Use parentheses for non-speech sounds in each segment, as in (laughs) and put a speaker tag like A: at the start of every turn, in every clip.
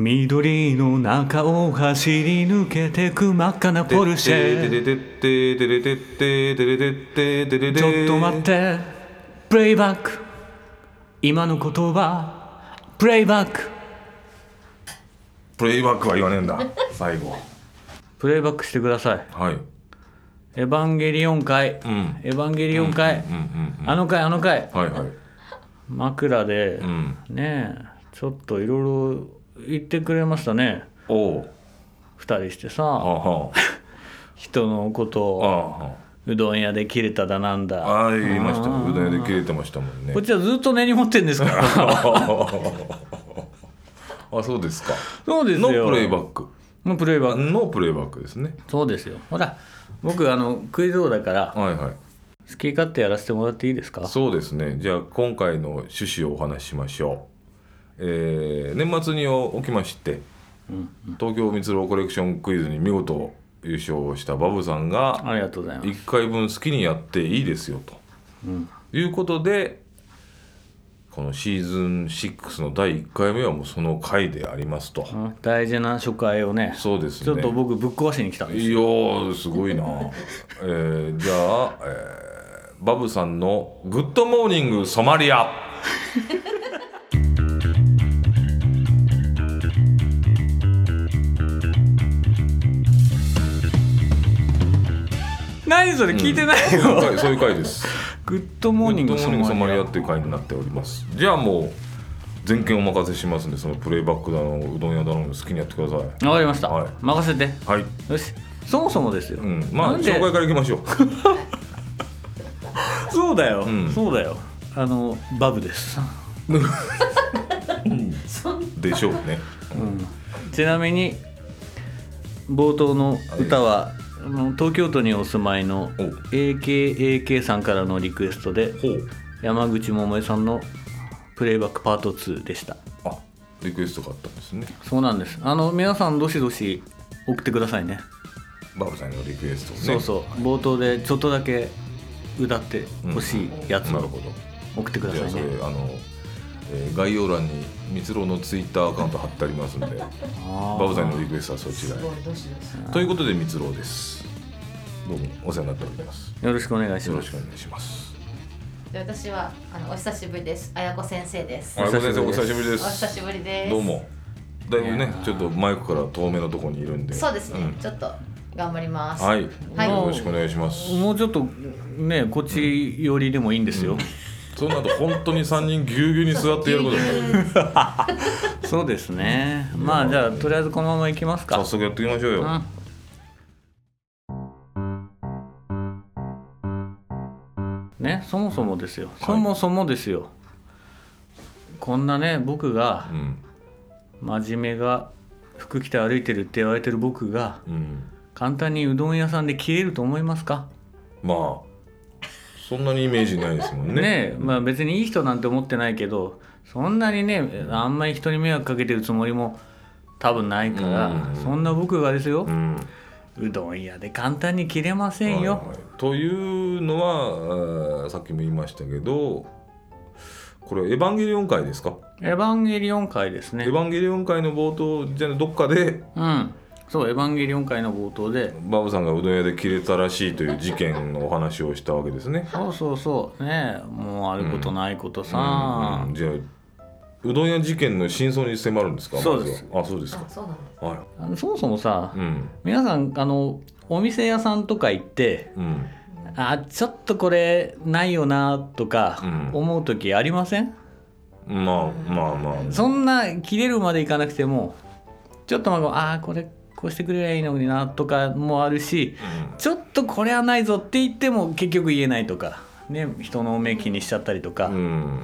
A: 緑の中を走り抜けてく真っ赤なポルシェちょっと待ってプレイバック今の言葉プレイバック
B: プレイバックは言わねえ
A: (laughs)
B: んだ最後
A: プレイバックしてください
B: はい
A: 「エヴァンゲリオン会」
B: ん
A: エヴァンゲリオン会」
B: うんうん
A: あの会あの会
B: はいはい
A: 枕で、
B: ん
A: ねえちょっといろいろ言ってくれましたね
B: おお
A: 二人して
B: あ
A: さ
B: は
A: 人のこと
B: ああ
A: を
B: は
A: うどん屋で切れただなんだ
B: ああ言いましたねうどん屋で切れてましたもんね
A: こっちはずっと根に持ってんですから
B: (laughs) あそうですか
A: そうです
B: の
A: よ
B: プレイバック
A: もうプレイバック
B: のプレイバックですね
A: そうですよほら僕あのクイズ王だから
B: はいはい
A: 好き勝手やらせてもらっていいですか
B: そうですねじゃあ今回の趣旨をお話ししましょう、えー年末におきまして、東京蜜ろコレクションクイズに見事優勝したバブさんが
A: ありがとうございます
B: 1回分好きにやっていいですよと、いうことでこのシーズン6の第1回目はもうその回でありますと、
A: うん大事な初回をね
B: そうですね
A: ちょっと僕ぶっ壊しに来たんです
B: いやーすごいな、えーじゃあ、えーバブさんの「グッドモーニングソマリア」
A: (laughs) 何それ聞いてないよ、 (laughs)
B: はいそういう回です
A: グッドモーニング
B: グッドモーニングソマリアっていう回になっておりますじゃあもう全権お任せしますんでそのプレイバックだのうどん屋だの好きにやってください
A: わかりました、
B: はい
A: 任せて
B: はい、
A: よしそもそもですよ、
B: うん、まあ
A: なん
B: 紹
A: で
B: 介からいきましょう
A: そうだよ、
B: ん
A: そうだよあのバブです、
B: でしょうね
A: ちなみに冒頭の歌は、あの東京都にお住まいの
B: お
A: AKAK さんからのリクエストで
B: ほう
A: 山口百恵さんの「プレイバックパート2」でした
B: あリクエストがあったんですね
A: そうなんですあの皆さんどしどし送ってくださいね
B: バブさんのリクエストをね
A: そうそう冒頭でちょっとだけ歌ってほしいやつ
B: なる
A: を
B: ほど
A: 送ってくだ
B: じゃ
A: さ
B: あ
A: い
B: そ
A: ね
B: れ、あの、えー概要欄に蜜ろのツイッターアカウント貼ってありますんで
A: (laughs) あー
B: バブさんのリクエストはそちら
C: すご
B: へ
C: いどうしよう
B: ということで蜜ろですどうもお世話になっております
A: よろしくお願いし
B: よろ
A: ま
B: し
A: す
B: くお願いします
C: で私はあのお久しぶりです綾子先生です
B: あ
A: お
B: や
A: 久
B: こ
A: しぶり
B: 先
A: です
B: 生お久しぶりで
C: お久
B: す
C: しぶりです
B: どうもだいぶ
A: いや
B: ね
A: ー
B: ちょっとマイクから遠目のところにいるんで
C: そうですね、
B: ん
C: ちょっと頑張ります
B: はいい、
C: はい
B: よろしくお願いします
A: もうちょっとねこっち寄りでもいいんですよ、
B: そうなると本当に3人ぎゅうぎゅうに座ってやることになる
A: そうですねまあじゃあとりあえずこのまま行きますか
B: 早速やっていきましょうよ、
A: うんねそもそもですよ、そもそもですよこんなね僕が
B: うん
A: 真面目が服着て歩いてるって言われてる僕が
B: うん
A: 簡単にうどん屋さんで切れると思いますか
B: まあそんなにイメージないですもん
A: ねえまあ別にいい人なんて思ってないけどそんなにねあんまり人に迷惑かけてるつもりも多分ないから、
B: うん
A: そんな僕がですよ、
B: うん
A: うどん屋で簡単に切れません
B: はい
A: よ。
B: はいというのはあーさっきも言いましたけどこれ「エヴァンゲリオン会」ですか、
A: エヴァンゲリオン会ですね
B: エヴ。ァンゲリオン会の冒頭じゃあどっかで
A: うん。そう、エヴァンゲリオン会の冒頭で。
B: バブさんがうどん屋で切れたらしいという事件のお話をしたわけですね。
A: そうそうそう。ねえもうあることないことさ
B: う。んじゃあうどん屋事件の真相に迫るんですか
A: そうです
B: まずはあそうですか
C: あそうなんで
B: は
A: あのそもそもさ
B: い、うん
A: 皆さん、あの、お店屋さんとか行って、
B: うん
A: あ、ちょっとこれないよなとか
B: うん
A: 思う時ありません、
B: まあまあまあ
A: そんな切れるまでいかなくても、ちょっとまあ、あーこれ、こうしてくれりゃいいのになとかもあるし、ちょっとこれはないぞって言っても結局言えないとか、ね、人の目気にしちゃったりとか、
B: うん、うん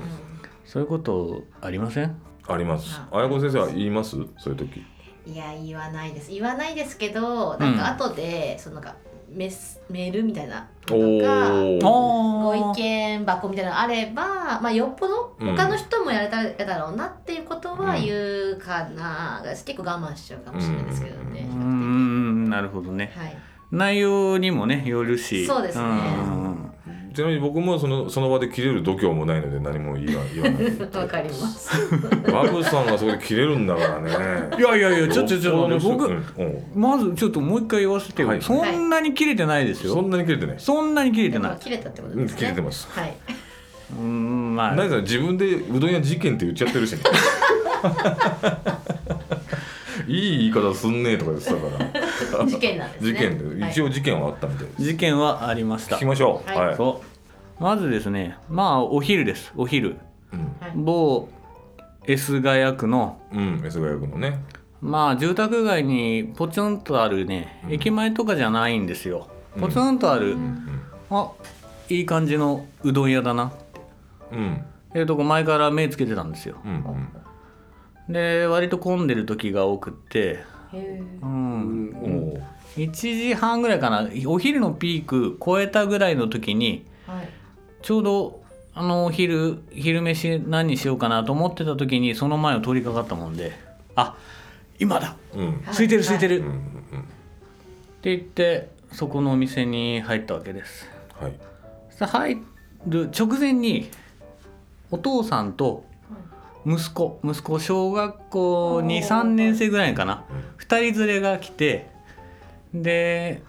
A: そういうことありません
B: あります綾子先生は言いますそういう時
C: すいや言わないです言わないですけどなんか後で、そのなんかメスメールみたいなのとか
B: ー
C: ご
A: ご
C: 意見箱みたいなのあれば、まあ、よっぽど
B: うん
C: 他の人もやれたらやだろうなっていうことは
B: うん
C: 言うかな、結構我慢しちゃうかもしれないですけどね
A: う、んうんなるほどね
C: はい
A: 内容にもねよるし
C: そうですね
A: んうんうん
B: ちなみに僕もそのその場で切れる度胸もないので何も
C: (laughs)
B: 言わ言 (laughs) わない
C: わかります。
B: バブさんがそこで切れるんだからね
A: いやいやい (laughs) やちょっとちょっと
B: う
A: 僕
B: んうん
A: まずちょっともう一回言わせてよ、
B: はい
A: そんなに切れてないですよ、
B: そんなに切れてない
A: そんなに切れて
C: で
A: な
C: も
A: い
C: 切れたってこと
B: うん
C: ですね。
B: 切れてます
C: はい。
B: (laughs)
A: うんまあ
B: 何さん自分でうどん屋事件って言っちゃって
C: (laughs)
B: るしねいい言い方すんねえとか言ってたから
C: 事件なんですね。
B: 事件で一応事件はあったみたいです
A: 事件はありました
B: 聞きましょう
C: はい
B: はい
A: そうまずですねまあお昼ですお昼
B: うん
C: はい。
A: 某 S ヶ谷区の
B: うん S が役のね
A: まあ住宅街にポツンとあるね、
B: うん
A: 駅前とかじゃないんですよ
B: うん
A: ポツンとある、
B: うん
A: あいい感じのうどん屋だなっ
B: うん
A: ていうとこ前から目つけてたんですよ
B: うんうん
A: で割と混んでる時が多くって
C: へー
A: うん
B: うんおー
A: 1時半ぐらいかなお昼のピーク超えたぐらいの時に
C: はい。
A: ちょうどあのお昼昼飯何にしようかなと思ってた時にその前を通りかかったもんであ今だ
B: うん
A: 空いてる空いてる、
B: うんう
A: っ
B: ん
A: て言ってそこのお店に入ったわけです
B: はい
A: そしたら入る直前にお父さんと息子息子小学校23年生ぐらいかな2人連れが来てで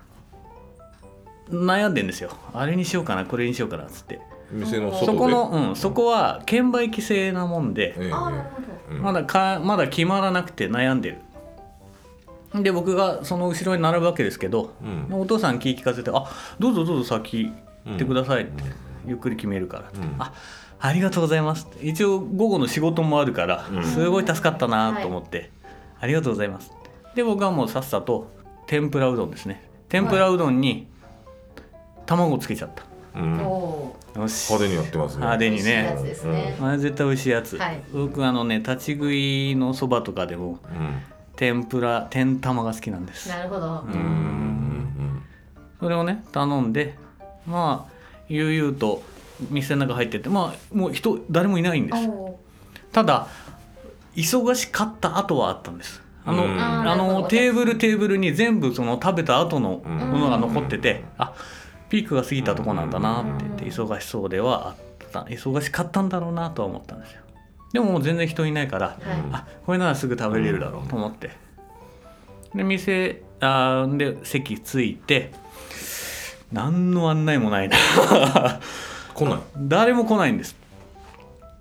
A: 悩んでんですよあれにしようかなこれにしようかなっつって
B: 店の外で
A: そこの、うん、そこは券売機制なもんで、
B: ええ
C: ああなるほど。
B: うん
A: まだかまだ決まらなくて悩んでるで僕がその後ろに並ぶわけですけど、
B: うん
A: お父さん気聞かせて「あどうぞどうぞ先行ってください」って、ゆっくり決めるから、
B: ん
A: あありがとうございますって一応午後の仕事もあるから、
B: うん
A: すごい助かったなと思って、ありがとうございますで僕はもうさっさと天ぷらうどんですね天ぷらうどんに卵つけちゃった、
B: うん
C: お
B: 派
C: お
A: よし
B: 手にやってますね
A: 派手
C: ー。
A: に
C: 美味しいやつ
A: ね
C: ですね。
A: あれ絶対美味しいやつ、
C: はい
A: 僕あのね立ち食いのそばとかでも
B: うん
A: 天ぷら天玉が好きなんです
C: なるほど。
B: うんうん
A: それをね頼んでまあ悠々と店の中入ってってまあもう人誰もいないんで
C: お
A: す
C: お
A: ただ忙しかった後はあったんですあの,、
B: うん
A: あのテーブルテーブルに全部その食べた後の
B: うん
A: ものが残ってて、あピークが過ぎたとこなんだなって言って
C: うん
A: 忙しそうではあった忙しかったんだろうなとは思ったんですよでももう全然人いないから
C: ー。はい。
B: うん
A: あこれならすぐ食べれるだろうと思って、で店あーで席ついて何の案内もないな
B: 来ない
A: (laughs) 誰も来ないんです、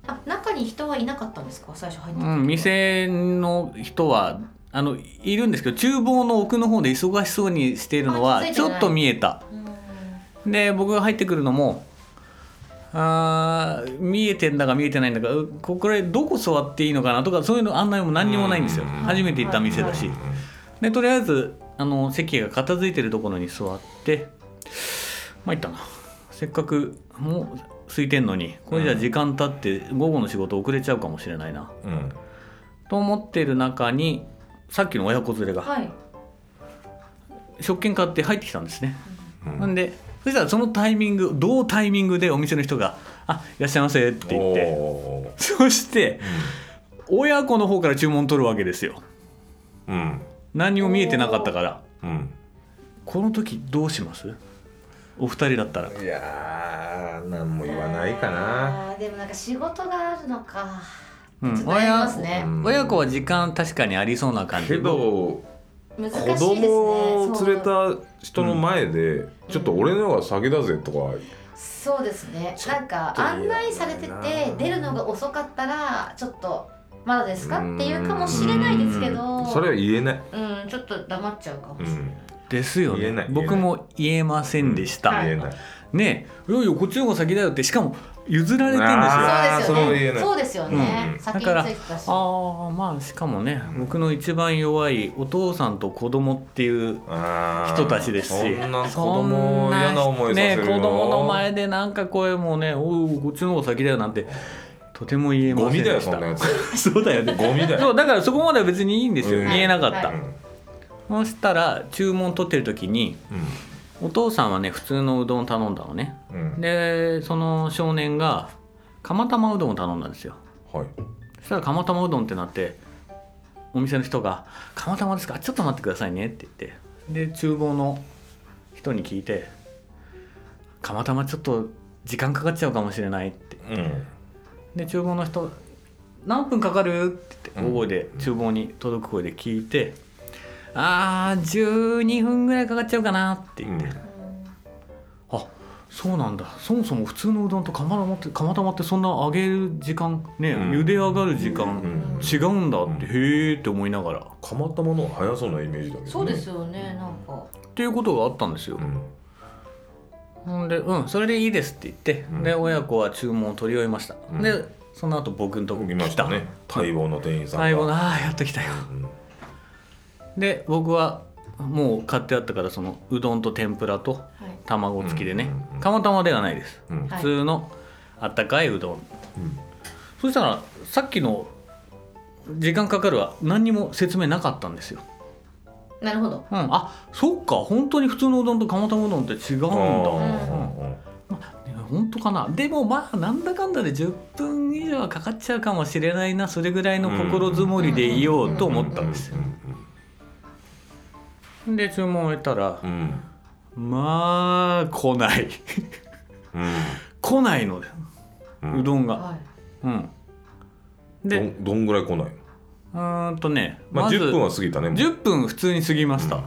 C: あ中に人はいなかったんですか最初入っ
A: う
C: た時は。
A: ん、店の人はあのいるんですけど厨房の奥の方で忙しそうにしているの
C: あ気づ
A: はいち
C: てない
A: ょっと見えた
C: うん。
A: で僕が入ってくるのもあー見えてんだか見えてないんだかうここれどこ座っていいのかなとかそういうの案内も何にもないんですよ
B: うん
A: 初めて行った店だし、でとりあえずあの席が片付いてるところに座ってまあいったなせっかくもう空いてんのにこれじゃ時間経って午後の仕事遅れちゃうかもしれないな、
B: うん
A: と思ってる中にさっきの親子連れが
C: はい。
A: 食券買って入ってきたんですね、
B: うん
A: なんでそしたらそのタイミング同タイミングでお店の人が「あいらっしゃいませ」って言って
B: おー
A: そして親子の方から注文取るわけですよ
B: うん
A: 何も見えてなかったから
B: うん
A: この時どうしますお二人だったら
B: いやー何も言わないかな
C: あー。でもなんか仕事があるのか。
A: うん
C: ちょっと悩みますね。
B: うん
A: 親子は時間確かにありそうな感じ
B: けど
C: 難しい
B: 子
C: ですね。
B: 供を連れ
C: そう
B: た人の前でちょっと俺の方が先だぜとか
C: そうですね
B: ちょっと
C: なんか案内されて
B: 嫌だ
C: て
B: な
C: 出るのが遅かったらちょっとまだですかっていうかもしれないですけ
B: う
C: ど
B: んそれは言えない
C: うんちょっと黙っちゃうかも
B: う
C: しれない、
B: ん
A: ですよ
B: 言え
A: ね
B: ない言えない
A: 僕も言えませんでした、
C: は
B: 言え
C: い
B: ない
A: ねえいやいやこっちの方が先だよってしかも譲られてんですよ
B: あ
A: あ
C: そう
B: あーそれは言
C: で
B: え
C: すよ
B: な
C: ね
B: い
C: そうで
B: うん
C: すよね、先についてたし
A: あーまあしかもね僕の一番弱いお父さんと子供っていう
B: あー
A: 人たちですし
B: そんな子供を嫌な思いさせる
A: ねえ子供の前でなんか声もね「おうこっちの方が先だよ」なんてとても言え
B: ゴ
A: ませ
B: ミ
A: ん
B: だよ
A: でし
B: そんなや
A: た (laughs)
B: つ
A: そうだよ
B: (laughs)
A: ね
B: ゴミだ
A: そ
B: よ
A: うだからそこまでは別にいいんですよ、
B: うん
A: 言えなかった、
C: は
B: う
C: い
B: ん
A: そしたら注文取ってる時にお父さんはね普通のうどん頼んだのね
B: うんうん
A: でその少年が釜玉うどんを頼んだんですよ
B: はい
A: そしたら釜玉うどんってなってお店の人が「釜玉ですかちょっと待ってくださいね」って言ってで厨房の人に聞いて「釜玉ちょっと時間かかっちゃうかもしれないって
B: うん
A: で厨房の人「何分かかる?」って言って
B: うん
A: 大声で厨房に届く声で聞いて「あー12分ぐらいかかっちゃうかな」って言って「あそうなんだそもそも普通のうどんと釜玉って釜玉ってそんな揚げる時間ね、
B: うん
A: 茹で上がる時
B: う
A: 間
B: ん
A: 違うんだって、
B: う
A: へーって思いながらっ
B: 釜玉の方が早そうなイメージだけどね
C: そうですよね、なんか。
A: ていうことがあったんですよ
B: う、ん
A: ほんで「うんそれでいいです」って言って、
B: うん
A: で親子は注文を取り終えました、
B: うん
A: でその後僕のとこ
B: 見
A: 来
B: ま
A: た
B: したね待望の店員さんが
A: 最後の「ああやっと来たよ」
B: うん
A: で僕はもう買ってあったからそのうどんと天ぷらと
C: はい。
A: 卵付きでね
B: うんうんうん
A: たまたまではないです
B: うん
C: はい
A: 普通のあったかいうどん
B: うん
A: そしたらさっきの「時間かかる」は何にも説明なかったんですよ、
C: なるほど。
A: うん、あそっか本当に普通のうどんと釜玉うどんって違うんだね本当かなでもまあなんだかんだで10分以上はかかっちゃうかもしれないなそれぐらいの心づもりでいようと思ったんですよで注文を終えたら
B: うんうん
A: まあ来ない来ないので
B: うんうん
A: うどんが、
C: はい。
A: うん、
B: ど
A: で
B: んどんぐらい来ないの
A: うーんとね
B: まあ
A: ず
B: 10分は過ぎたねもう
A: 10分普通に過ぎました、
B: うん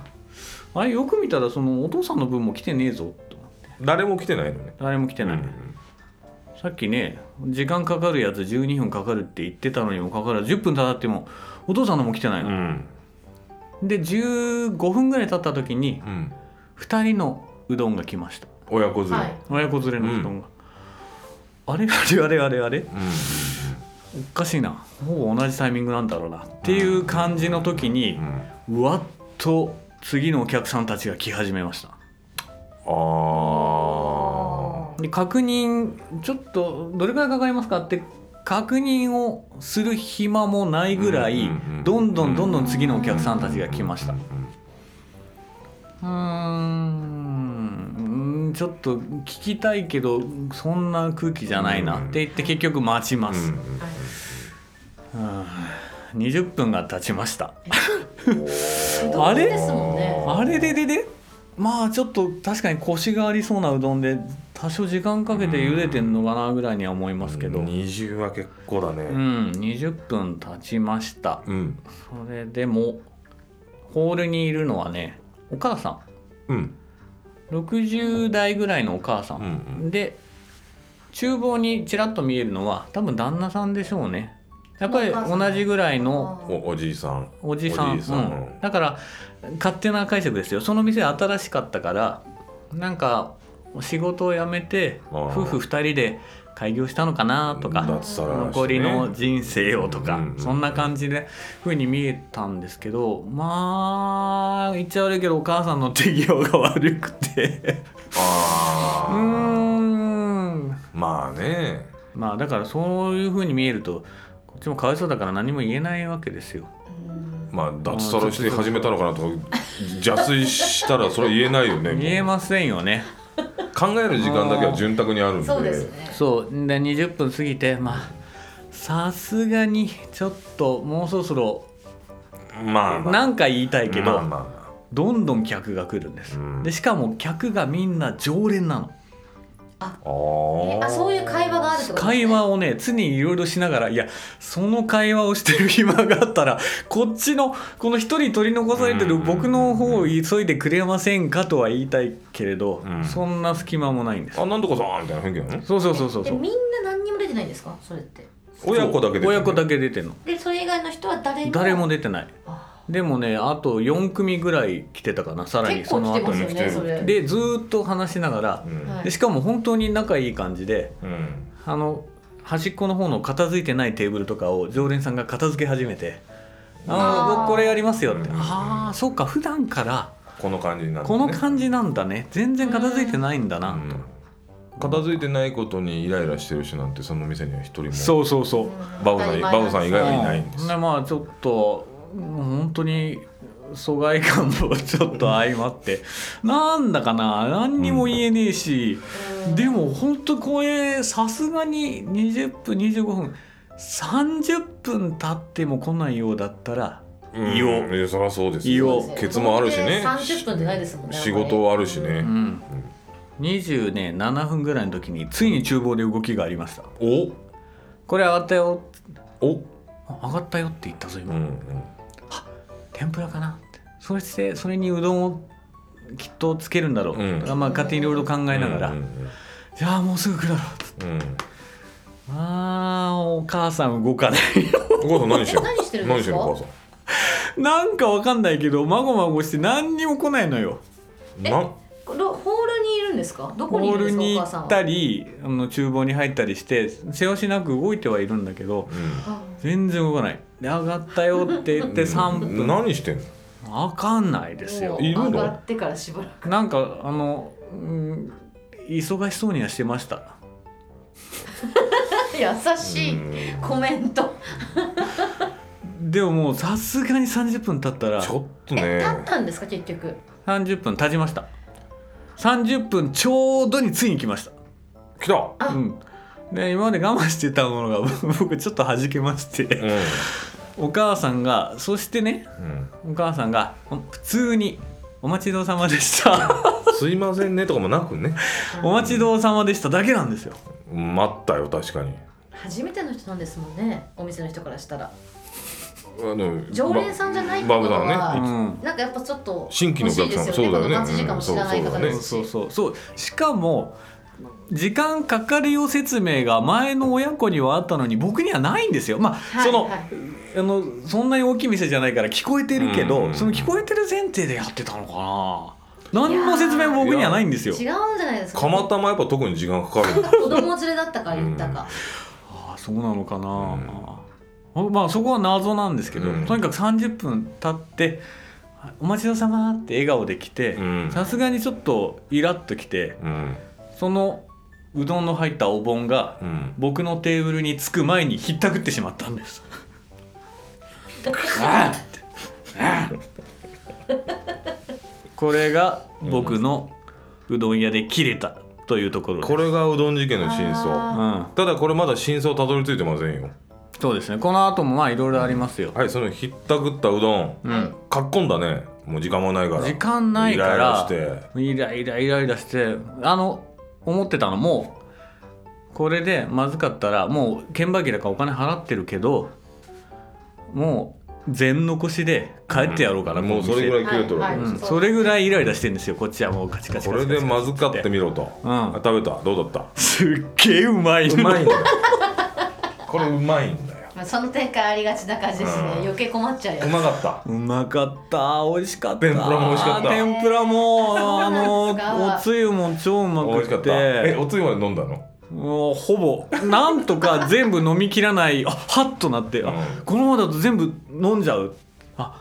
A: あれよく見たらそのお父さんの分も来てねえぞと
B: 誰も来てないのね
A: 誰も来てない、
B: うん
A: さっきね時間かかるやつ12分かかるって言ってたのにもかかわらず10分経ってもお父さんのも来てないの
B: う、ん
A: で15分ぐらい経った時に
B: うん
A: 2人のうどんが来ました
B: 親子連れ
C: はい
A: 親子連れのうどんが、あれあれあれあれあれおかしいなほぼ同じタイミングなんだろうなっていう感じの時に
B: うんうん
A: うわっと次のお客さんたちが来始めました
B: あ
A: で確認ちょっとどれくらいかかりますかって確認をする暇もないぐらい
B: うんうんうん
A: どんどんどんどん次のお
B: お
A: 客さんたちが来ました
B: う
A: うんーんうーんちょっと聞きたいけどそんな空気じゃないなって言って結局待ち
B: う
A: ます、
B: ん
C: はい。
A: うん20分が経ちました
C: うど
A: あ
C: ん
A: れ
C: ですもんね。
A: あれでででまあちょっと確かにコシがありそうなうどんで多少時間かけて茹でてんのかなぐらいには思いますけど、
B: 20は結構だ
A: う
B: ね
A: ん、20分経ちました
B: うん
A: それでもホールにいるのはねお母さ
B: うん
A: ん60代ぐらいのお母さ、
B: うんん
A: で厨房にちらっと見えるのは多分旦那さんでしょうねやっぱり
C: お母さん
A: 同じぐらいの
B: おおじいさん
A: おじさん
B: おじいさん
A: うん、だから勝手な解釈ですよその店新しかったからなんか仕事を辞めて
B: あー
A: 夫婦2人で開業したのかなとか
B: 脱サラしてね
A: 残りの人生をとか、
B: うんうん
A: そんな感じで風に見えたんですけどまあ言っちゃ悪いけどお母さんの手際が悪くてうー
B: あ
A: ん
B: あまあね
A: まあだからそういう風に見えるとこっちもかわいそうだから何も言えないわけですよ。
C: うん
B: まあ脱サラして始めたのかなとか邪推したらそれ言えないよね
A: (laughs) 言えませんよね。
B: 考える時間だけは潤沢にあるんで
C: そうですね。
A: そうで20分過ぎてまあさすがにちょっともうそろそろ
B: まあまあ
A: 何か言いたいけど、
B: まあまあま
A: どんどん客が来るんです、
B: うん
A: でしかも客がみんな常連なの
B: あ
C: え
B: ー
C: あ、そういう会話があるってことですね。
A: 会話をね常にいろいろしながらいやその会話をしてる暇があったらこっちのこの一人取り残されてる僕の方を急いでくれませんかとは言いたいけれど、
B: うん
A: そんな隙間もないんです
B: あなんとかさんみたいな雰囲気なの
A: そうそうそうそう
C: え
A: そう
C: みんな何にも出てないんですかそれって
B: 親子だけで
A: 親子だけ出てんの
C: でそれ以外の人は誰も
A: 誰も出てない
C: あ
A: でもねあと4組ぐらい来てたかなさらに
C: 結
A: そ
C: 構
A: の
C: 来て
A: 後
C: ますよ
A: に
B: 来て
C: ね
B: る
C: それ
A: でずーっと話しながら
B: う、ん
C: はい
A: でしかも本当に仲いい感じで
B: うん
A: あの端っこの方の片付いてないテーブルとかを常連さんが片付け始めて「あ
C: あ
A: あ
C: ー
A: 僕これやりますよ」って
B: う
A: 「
B: ん
A: ああそうか普段から
B: この感じになって
A: この感じなんだね全然片付いてないんだな」と
B: うん片付いてないことにイライラしてる人なんてその店には一人も
A: そうそうそう
B: バブさん
C: 当たり前
B: バブさん以外
A: う
B: は
A: ん
B: いないんです
A: でまあちょっともう本当に疎外感もちょっと相まってなんだかな何にも言えねえし、
C: うん
A: でも本当これさすがに20分25分30分経っても来ないようだったら
B: うん
A: いよ
B: いやそりゃそうです
A: い
B: よ
A: よ
C: そうです
B: ケ
C: よ
B: ツもあるしね
C: 三十分ってないですもんね
B: 仕事はあるしね
A: うん、 27分ぐらいの時についに厨房で動きがありました
B: お
A: これ上がったよ
B: お
A: あ上がったよって言ったぞ
B: う
A: 今、
B: んうん
A: 天ぷらかなってそしてそれにうどんをきっとつけるんだろう、
B: うん
A: だからまあ勝手にいろいろ考えながら、
B: うん
A: じゃあもうすぐ来るだろうって
B: うんうん
A: まあお母さん動かない (laughs)
B: お母さん何してる
C: 何してるん
B: 何
C: で
B: し
C: す
B: て
C: か
B: るお母さ
A: なんかわかんないけどまごまごして何にも来ないのよ
B: んな
C: これホールにいるんですかどこにい
A: ホー
C: るん
A: ルに行
C: ですかお母さん
A: っ
C: は
A: たりあの厨房に入ったりしてせわしなく動いてはいるんだけど
B: うん
C: あ
A: 全然動かないで上がったよって言
B: (laughs)
A: って3
B: うん
A: 分
B: 何してんの
A: わかんないです
C: も
A: よ
C: う
B: いるの
C: 上がってからしばらく
A: なんかあの、うん、忙しそうにはしてました
C: 優しい
B: うん
C: コメント
A: でももうさすがに30分経ったら
B: ちょっとね
C: え立ったんですか結局
A: 30分経ちました30分ちょうどについに来まし
B: 来た
A: た、うん、で今まで我慢してたものが (laughs) 僕ちょっと弾けまして
B: うん
A: お母さんがそしてね
B: うん
A: お母さんが普通に「お待ちどうさまで
B: (laughs)
A: した」
B: すいませんねとかもなくね
A: 「お待ちどうさまでした」だけなんですよ
B: 待ったよ確かに
C: 初めての人なんですもんねお店の人からした
B: あ
C: ら
B: の
C: 常連さんじゃないって
B: バ
C: こ
B: ブ
C: と
B: さんね
A: う
C: は、
A: ん
C: なんかやっぱちょっと
B: 新規のお客さん
C: 欲しいです
B: そうだよね
C: この活時間も知らない
B: うんそ
C: 方
B: うだ
C: で
B: ね
C: すし、
A: そうそうそうしかも時間かかるよ説明が前の親子にはあったのに僕にはないんですよまあ、
C: はい
A: その,、
C: はい
A: あのそんなに大きい店じゃないから聞こえてるけど、
B: うん
A: その聞こえてる前提でやってたのかな何も説明僕にはないんですよ
C: 違うんじゃないですか
B: 蒲田もやっぱ特に時間かかる
C: 子供連れだったから言ったか、
A: ああそうなのかな、まあそこは謎なんですけど、
B: うん
A: とにかく30分経って「お待ちどうさま」って笑顔で来て
B: うん
A: さすがにちょっとイラッと来て
B: うん
A: そのうどんの入ったお盆が
B: うん
A: 僕のテーブルに着く前にひったくってしまったんです。ああってああこれが僕のうどん屋で切れたというところです
B: これがうどん事件の真相
C: あ
A: うん、
B: ただこれまだ真相たどり着いてませんよ
A: そうですねこの後もまあいろいろありますよ、
B: はいそのひったくったうどん
A: うん
C: はい
B: かっこんだねもう時間もないから
A: 時間ないから
B: イライラして
A: イライライライラしてあの思ってたのもこれでまずかったらもう券売機だからお金払ってるけどもう全残しで帰ってやろうかな、
B: もうそれぐらい切れとるわけで
C: はい
B: す
A: うんそれぐらいイライラしてるんですよこっちはもうカチカチ
B: こ
A: カチ
B: れ
A: カチ
B: でまずかってみろと、
A: うん
B: あ食べたどうだっ
A: すっげ (laughs) えうまい
B: た
A: の
B: うまいんだよこれうまいんだよ
C: まあ、その展開ありがちな感じですね、
B: うん
C: 余計困っちゃうよ
B: うまかった
A: うまかった美味しかった
B: 天ぷらも美味しかった
A: 天ぷらもあ
C: そうなん
A: のお
C: ですか
A: つゆも超うま
B: 美味
A: く
B: しかったえ
A: て
B: おつゆまで飲んだの
A: もうほぼなんとか全部飲みきらないあハッとなって、あ
B: うん
A: このままだと全部飲んじゃうあ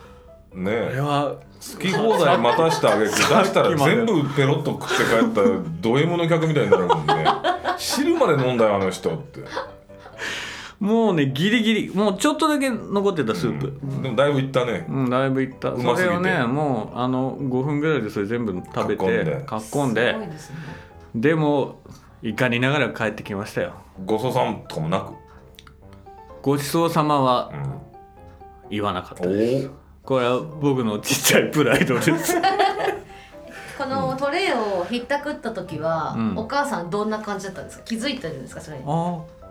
B: ね
A: これ
B: え
A: は
B: 好き放題待たしてあげて出したら全部ペロッと食って帰ったらド M の客みたいになるも
A: (laughs)
B: んね汁まで飲んだよあの人って
A: もうねギリギリもうちょっとだけ残ってたスープ、
B: うんでもだいぶいったね
A: うん、だいぶいった
B: うますぎて
A: それをねもうあの5分ぐらいでそれ全部食べ
B: かっこん
A: て
B: で
A: かっこん
C: すごい
A: で
C: ですね
A: でも怒りながら帰ってきましたよ
B: ごちそうさんとかもなく、
A: ごちそうさまは
B: うん
A: 言わなかった
B: お
A: です
B: ー
A: これは僕のちっちゃいプライドです (laughs)
C: このトレイをひったくった時は、
A: うん
C: お母さんどんな感じだったんですか気づいてるんですかそれに
A: ああ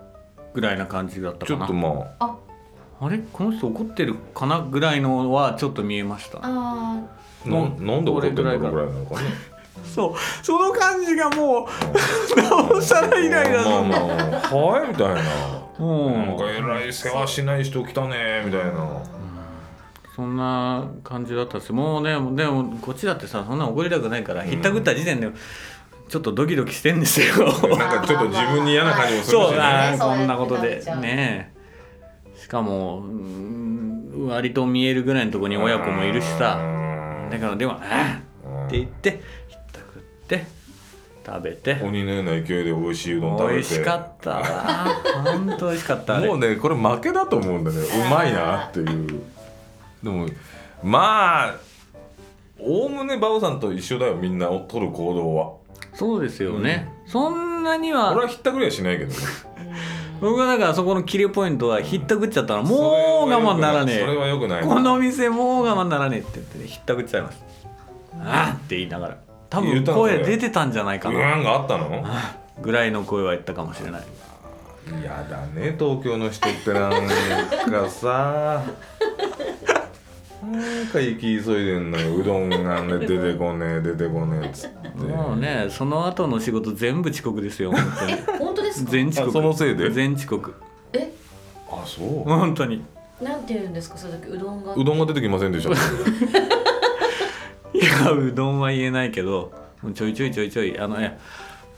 A: ぐらいな感じだった
B: ち
A: か
B: ょっ
A: な
B: とまあ
C: あ
A: あれこの人怒ってるかなぐらいのはちょっと見えました
C: あ
B: な
A: も
B: ん
A: う
B: なんで怒ってんだろう
A: これ
B: ぐ
A: ぐ
B: らいなのかね
A: そうその感じがもうなおさらイライラす
B: まあ
A: る
B: まあはいみたいな
A: うん
B: なんかえらい世話しない人来たねみたいな
A: そんな感じだったしもうねでもこっちだってさそんな怒りたくないからひったくった時点でちょっとドキドキしてん (laughs) ですよ
B: (laughs) なんかちょっと自分に嫌な感じもする
A: そう
B: しね
A: だ
C: ね
A: こんなこと
C: そうや
A: で
C: ってなっちゃう
A: ねえしかもうーん割と見えるぐらいのとこに親子もいるしさだからでも「ああ」って言ってひったくって食べて
B: 鬼のような勢いで美味しいうどん食べて
A: 美味しかったわ本当美味しかったあれ
B: もうねこれ負けだと思うんだねうまいなっていうでもまあおおむねバオさんと一緒だよみんな取る行動は
A: そうですよね、そんなには
B: 俺はひったくりはしないけどね
A: 僕はだからそこの切れポイントはひったくっちゃったらもう
B: それは
A: 我慢なら
B: それ
A: ね
B: はよくな
A: え
B: い
A: この店もう我慢ならねえって言ってねひったくっちゃいますああって言いながら多
B: 言う
A: 分
B: たの
A: 声出てたんじゃないか
B: う
A: な
B: わんがあったの
A: ぐらいの声は言ったかもしれない
B: やだね東京の人ってなん
A: (laughs)
B: かさなんか行き急いでんのようどんがね出てこねえ出てこねえっつって
A: もうねその後の仕事全部遅刻ですよ本当に
C: え本当ですか
A: 全遅刻
B: あ (laughs) そのせいで
A: 全遅刻
C: え
B: あそう
A: 本当に
C: なんて言うんですかその時うどんが
B: うどんが出てきません
A: (laughs)
B: でした
A: いやうどんは言えないけどもうちょいちょいちょいちょいあのね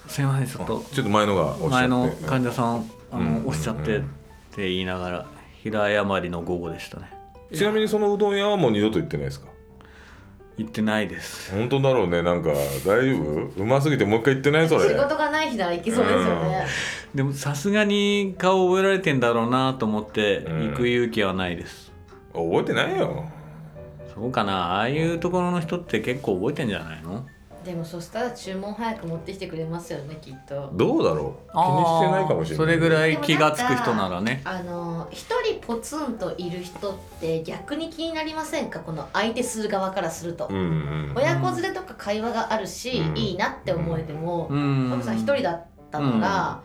A: すいませんちょっと
B: ちょっと前のがおっしゃ
A: 前の
B: って
A: 患者さんあ
B: うんうんうん
A: の押しちゃってって言いながら平誤りの午後でしたね
B: ちなみにそのうどん屋はもう二度と行ってないですか
A: 行ってないです
B: 本当だろうねなんか大丈夫うますぎてもう一回行ってないそれ
C: 仕事がない日なら行きそうですよね
A: でもさすがに顔覚えられてんだろうなと思って
B: うん
A: 行く勇気はないです、
B: 覚えてないよ
A: そうかなああいうところの人って結構覚えてんじゃないの
C: でもそしたら注文早く持ってきてくれますよねきっと
B: どうだろう気にしてないかもしれない
A: それぐら
C: で
A: い
C: もなんか
A: 気がつく人ならね
C: あの一人ポツンといる人って逆に気になりませんかこの相手する側からすると、
B: うんうん
C: 親子連れとか会話があるし、
B: うん
C: いいなって思えても、
A: うん
C: パパさん一人だったのが、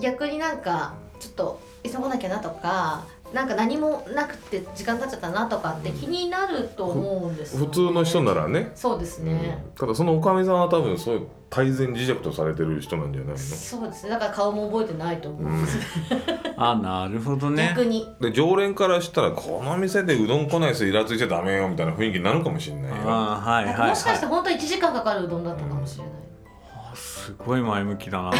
C: 逆になんかちょっと急がなきゃなとかなんか何もなくて時間経っちゃったなとかって気になると思うんですよね、
B: 普通の人ならね
C: そうですね、
B: うんただそのおかみさんは多分そういう改善磁石とされてる人なんじゃないの
C: そうですねだから顔も覚えてないと思うんです、
A: あなるほどね
C: 逆に
B: で常連からしたらこの店でうどん来ない人イラついちゃダメよみたいな雰囲気になるかもしれないよ
A: あーはい
C: な
A: は
C: ん
A: い、
C: か
A: はい、
C: もしかして本当1時間かかるうどんだったかもしれ
A: (laughs)
C: ない、
A: すごい前向きだな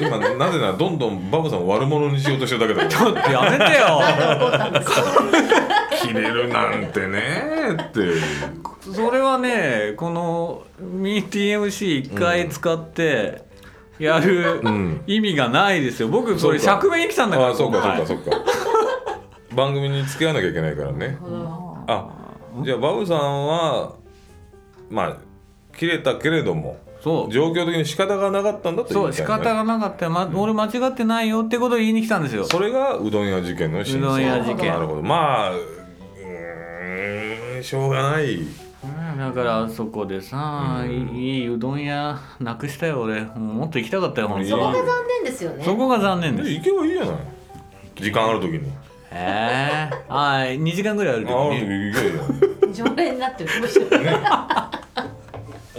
B: 今なぜならどんどんバブさんを悪者にしようとしてるだけだ
A: ち
B: か
A: ょっ
B: (laughs)
A: とやめてよ
C: なんで怒ったんですか
B: ら切れるなんてねって
A: (laughs) それはねこの MeTMC1 回使ってやる
B: うん
A: 意味がないですよ僕それ
B: そうか
A: 釈明に来たんだから
B: ああそうか
A: はい
B: そうかそうか番組に付き合わなきゃいけないからねあじゃあバブさんはまあ切れたけれども
A: そう
B: 状況的に仕方がなかったんだと言
A: そ
B: いうた
A: 仕
B: いな
A: 方がなかったよ、ま、俺間違ってないよってことを言いに来たんですよ
B: それがうどん屋事件の真相
A: うどん
C: 屋事件
B: なるほどまあうーんしょうがない
A: うんだからそこでさ、
B: うん
A: いいうどん屋なくしたよ俺もうもっと行きたかったよ本当に
C: そこが残念ですよね
A: そこが残念です
B: 行けばいいじゃない時間ある時に
A: へえはい2時間ぐらいあるけ
B: あ
A: ど
B: ある時
A: ね
B: 行けばいいじゃない
C: 常連になってるか
A: (laughs)
C: もしれない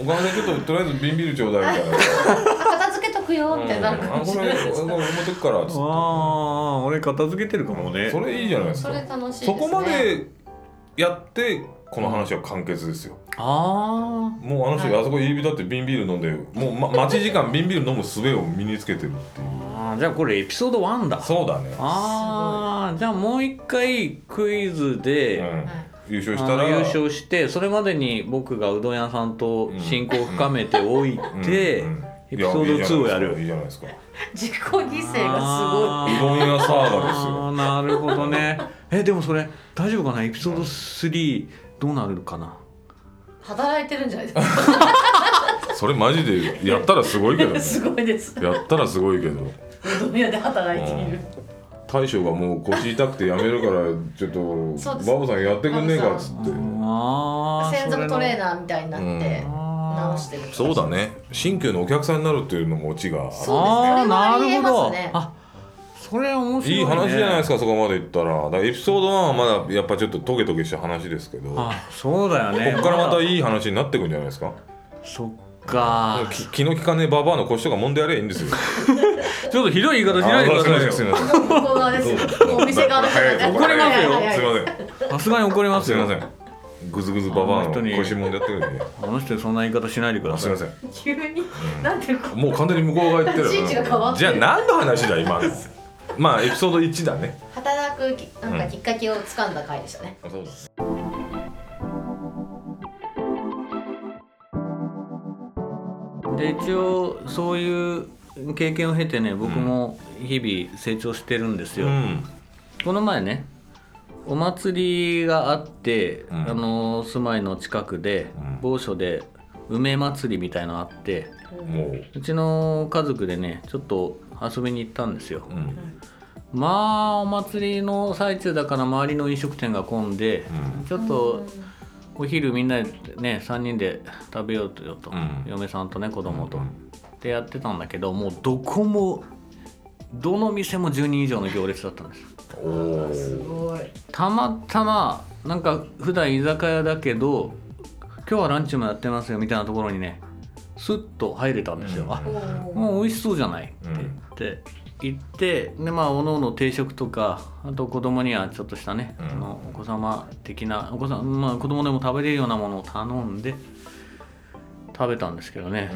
B: お金ちょっととりあえず瓶ビールちょうだいみ
C: (laughs)
B: たいな
C: 片付けとくよみたいになるか
B: あ
C: もし
B: こ
C: れ
B: れ
C: ない (laughs)
B: これこれ持ってくからっつ
A: あ
B: っ
A: あ俺片付けてるかも
B: て
A: ね
B: それいいじゃないです
C: そ
B: か
C: れ楽しいですね
B: そこまでやってこの話は完結ですよ
A: ああ
B: もうあの人があそこ入り浸って瓶ビール飲んでもう、ま、待ち時間瓶ビール飲む術を身につけてるっていう
A: あーじゃあこれエピソード1だ
B: そうだね
A: ああじゃあもう一回クイズで、
B: うん
C: はい
B: 優
A: あ
B: 勝した
A: の
B: ら
A: 優勝してそれまでに僕がうどん屋さんと親交を深めておいて、
B: うんうん
A: エピソード2をやる
B: いいじゃないですかいい
C: 自己犠牲が
A: あー
B: じゃないですかうどん屋サーガですよ
A: あーなるほどね (laughs) えでもそれ大丈夫かなエピソード3どうなるかな
C: すごい働いてるんじゃないですか
B: それマジでやったらすごいけ
C: (laughs)
B: どね
C: すごいです
B: やったらすごいけど
C: うどん屋で働いている
B: 大将がもう腰痛くてやめるからちょっ
C: そう
B: と
C: です
B: バボさんやってくんねえかっつって
A: ああ
C: 専属トレー
A: ナ
C: ナーみたいになって直してる
B: そうだね新旧のお客さんになるっていうのもオチが
C: そうですね
A: ああな
C: そ
A: る
C: れは言え
A: ほ
C: ま
A: ど
C: すね
A: あそれ面白い、
B: い
A: ね、
B: い話じゃないですすかそこまでいったらだからエピソード1はまだやっぱちょっとトゲトゲした話ですけどこ
A: あそうだよね
B: っからまた
A: だ
B: いい話になってくんじゃないですか
A: そっか
B: き気の利かねえババアの腰とか揉んでやればいいんですよ
A: ちょっとひどい言い方しないでくだ
B: す
A: さ
B: い
A: いよ。
B: ません
C: 向こう側ですよお店側ですよね
B: はい
A: 怒りますよ
C: はいはい
B: すい
C: はい
B: ません
A: さすがに怒ります
B: すい
A: よ。
B: ません。ぐずぐずババアの腰もんでやってるんで。
A: あの人にそんな言い方しないでくだ
B: あす
A: さ
B: い
A: い。
B: ません。
C: 急になんでこ
B: もう完全に向こう側行ってる。
C: 立ち位置が変わって
B: じゃ
C: る
B: あ何の話だ今の。まあエピソード1だね。
C: う働くきなんかきっかけをつかんだ回でしたね
B: そうです。
A: で一応そういう経験を経てね僕も日々成長してるんです
B: う
A: よ。
B: ん。
A: この前ねお祭りがあって、
B: うん
A: あの住まいの近くで、
B: うん
A: 某所で梅祭りみたいのあって
B: もう。
A: うちの家族でねちょっと遊びに行ったんですよ。
B: うん。うん。
A: まあお祭りの最中だから周りの飲食店が混んで、ちょっとお昼みんなでね3人で食べようよと、
B: うん
A: 嫁さんとね子供と、
B: うん
A: ってやってたんだけどもうどこもどの店も10人以上の行列だったんです
B: お
C: あす
B: お
C: ごい。
A: たまたまなんか普段居酒屋だけど今日はランチもやってますよみたいなところにねスッと入れたんですよ、
B: うん
A: あ
C: おお。
A: もう美味しそうじゃない
B: うん
A: って言ってでまあおのおの定食とかあと子供にはちょっとしたね、
B: うん
A: あのお子様的なお子さん、まあ、子供でも食べれるようなものを頼んで食べたんですけどね、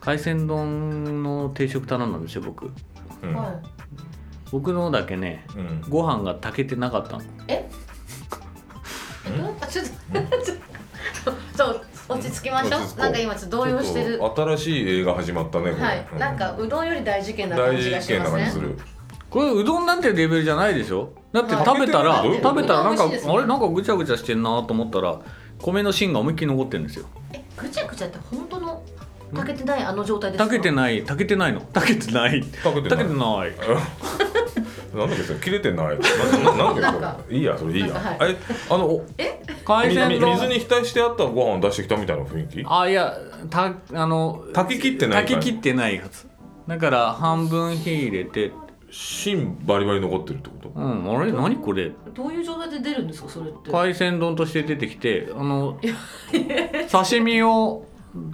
A: 海鮮丼の定食頼んだんですよ僕
B: うんうん
C: は
A: 僕のだけね
B: うん
A: ご飯が炊けてなかったの
C: い。え？あちょっとちょっとちょっと落ち着きましょ
B: 落ち着こ
C: う。
B: う
C: なんか今ちょっと動揺して
B: ち
C: る。
B: ょっと新しい映画始まったねこれ
C: はい。
B: う
C: なんかうどんより大事件な感
B: 大
C: じ
B: 事
C: が
B: 事
C: し
B: 件
C: ま
B: な
C: す
B: 感じ
C: ね
B: す。る
A: これうどんなんてレベルじゃないでしょだって
C: はい
A: 食べたら
B: どういうこと
A: 食べたらなんか、
C: 美味しいですね
A: あれなんかぐちゃぐちゃしてんなと思ったら米の芯が思いっきり残ってるんですよ
C: え、ぐちゃぐちゃって本当の炊けてないあの状態ですか？
A: 炊けて
C: い。
A: ない炊けてないの炊けてない
B: 食べ
A: 炊
B: てな
A: け
B: い
A: てない
B: なんだっけそれ切れてないななんだっけ
C: なん
B: それいいやそれいいや、
C: なんか
B: えあのお
A: 海
B: み
A: 鮮
B: み水
A: 丼
B: に浸してあったご飯を出してきたみたいな雰囲気
A: あいやたあの
B: 炊き切ってない
A: 炊き切ってないやつだから半分火入れて
B: 芯バリバリ残ってるってこと
A: うんあれ何これ
C: どういう状態で出るんですかそれって？
A: 海鮮丼として出てきてあの刺身を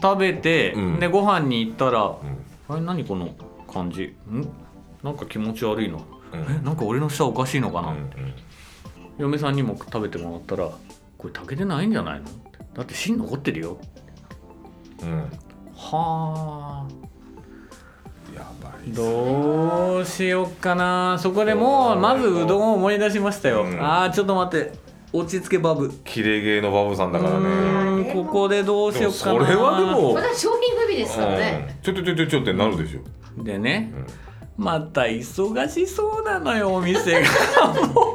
A: 食べて、
B: うん
A: でご飯に行ったら
B: うん
A: あれ何この感じんなんか気持ち悪いな
B: うん
A: えなんか俺の舌おかしいのかな、
B: うん
A: 嫁さんにも食べてもらったらこれ炊けてないんじゃないのだって芯残ってるよ
B: うんうん
A: はあ
B: やばい
A: どうしよっかなそこでもうまずうどんを思い出しましたよ、
B: うん
A: ああちょっと待って落ち着けバブ
B: 切れ芸のバブさんだから
A: う
B: ね
A: ーんここでどうし
B: で
A: よ
B: も
A: っか
B: そ
A: な
B: れはでも
C: これは商品不備ですからね。
B: うんちょっとちょっとちょっとってなるでしょ、
A: でね
B: うん
A: また忙しそうなのよお
B: (laughs)
A: 店が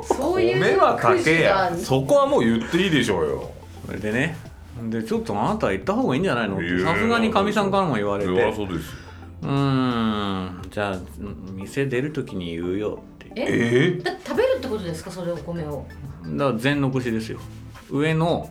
C: そういう
B: 米は
C: ク
B: か
C: イズ
B: け
C: が
B: やそこはもう言っていいでしょうよ
A: それでねでちょっとあなた行った方がいいんじゃないのっ
B: い
A: て
B: や
A: さすがにかみさんからも言わ
B: そ
A: れ
B: れ
A: て
B: は
A: う
B: そうですよ
A: ーんじゃあうん店出る時に言うよって
C: え
B: え
C: だって食べるってことですかそれお米を
A: だから全残しですよ上の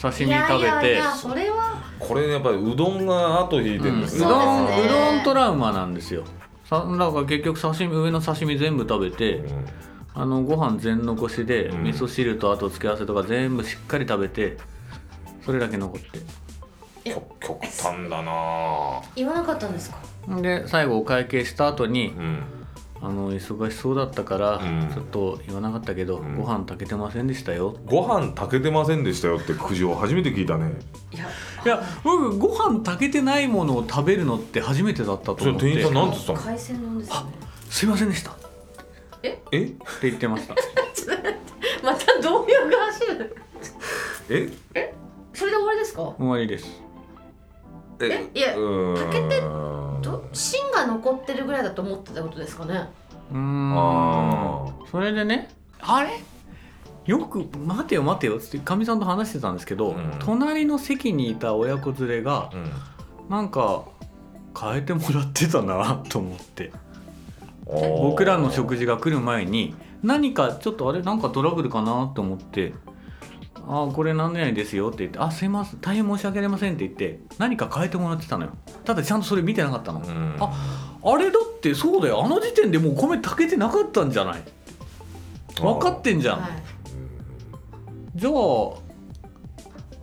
A: 刺身食べて
C: いやいやいやそれは
B: これやっぱりうどんが後引いて
A: う
B: るん
A: んう
B: です
C: そ
B: ね、
C: うで
A: ど
C: す
A: ん
C: ね
A: うどんトラウマなんですよさだから結局刺身上の刺身全部食べて、
B: うん
A: あのご飯全残しで、
B: うん
A: 味噌汁とあと付け合わせとか全部しっかり食べてそれだけ残って
B: きょ極端だなあ
C: 言わなかったんですか
A: で最後お会計した後に
B: うん
A: あの忙しそうだったから、
B: うん
A: ちょっと言わなかったけど、
B: ん
A: ご飯炊けてませんでしたよ
B: ご飯炊けてませんでしたよって苦情初めて聞いたね
C: いや
A: いや僕ご飯炊けてないものを食べるのって初めてだったと
B: それ
A: 思っ
B: 店員
A: て
B: さんなんつったの
C: 海鮮丼ですよね
A: すいませんでしたって
B: え
A: 言ってました
C: (laughs) また動揺が走る
B: え
C: それで終わりですか
A: 終わりです
B: え
C: えいや
B: うーん
C: 炊けてど芯が残ってるぐらいだと思ってたことですかね
A: うーん
B: あ
A: それでねあれよく「待てよ待てよ」ってかみさんと話してたんですけど、
B: うん
A: 隣の席にいた親子連れが
B: ーうん
A: なんか変えてもらってたなと思って
B: あー
A: 僕らの食事が来る前に何かちょっとあれなんかトラブルかなと思って「あーこれ何々ですよ」って言って「あすいません大変申し訳ありません」って言って何か変えてもらってたのよただちゃんとそれ見てなかったの、
B: うん
A: あれだってそうだよあの時点でもう米炊けてなかったんじゃない分かってんじゃん、
C: はい
A: じゃあも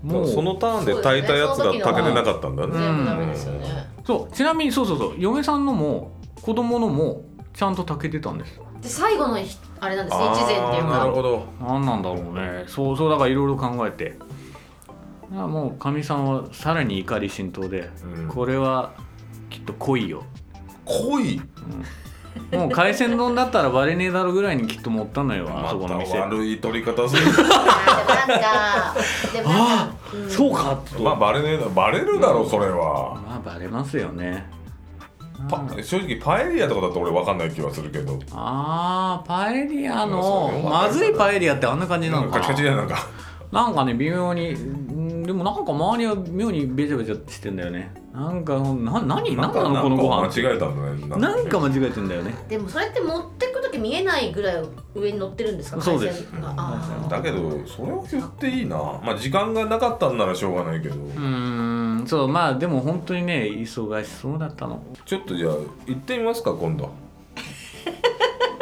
A: う
B: そのターンで炊いたやつが炊けてなかったんだね
C: 全部ダメですよね
A: そうちなみにそうそうそう嫁さんのも子供のもちゃんと炊けてたんです
C: で最後のひあれなんですね
B: あ
C: 一膳っていう
B: ーなる
C: か
B: ほど
A: 何なんだろうねそうそうだからいろいろ考えてだからもうかみさんはさらに怒り心頭で、
B: うん
A: これはきっと濃いよ
B: 濃い
A: もう海鮮丼だったらバレねえだろぐらいにきっと持った
B: (laughs)
A: のよあ
B: ま
A: そこ
B: た
A: の店、
B: 悪い取り方
A: (laughs)
B: する
C: あーでもなんかで
A: ああ、
C: もなんか
A: そうかって
B: まあバレねえだバレるだろそれは
A: まあバレますよね
B: パ正直パエリアとかだと俺分かんない気はするけど
A: あーパエリア
B: そう
A: の
B: ね
A: まずいパエリアってあんな感じな
B: なん
A: の
B: か
A: か
B: カチカチ
A: な
B: じゃなんか
A: なんかね微妙にうんでもなんか周りは妙にベチャベチャしてんだよねなんかな何何なのこのご
B: なん
A: 飯
B: か間違えたんだね
A: なんか間違えてんだよね
C: でもそれって持ってく時って見えないぐらい上に乗ってるんですか
A: そうです
C: 海鮮があー
B: だけどそれを言っていいなまあ時間がなかったんならしょうがないけど、
A: うーんそうまあでも本当にね忙しそうだったの
B: ちょっとじゃあ行ってみますか今
C: (laughs)
B: 度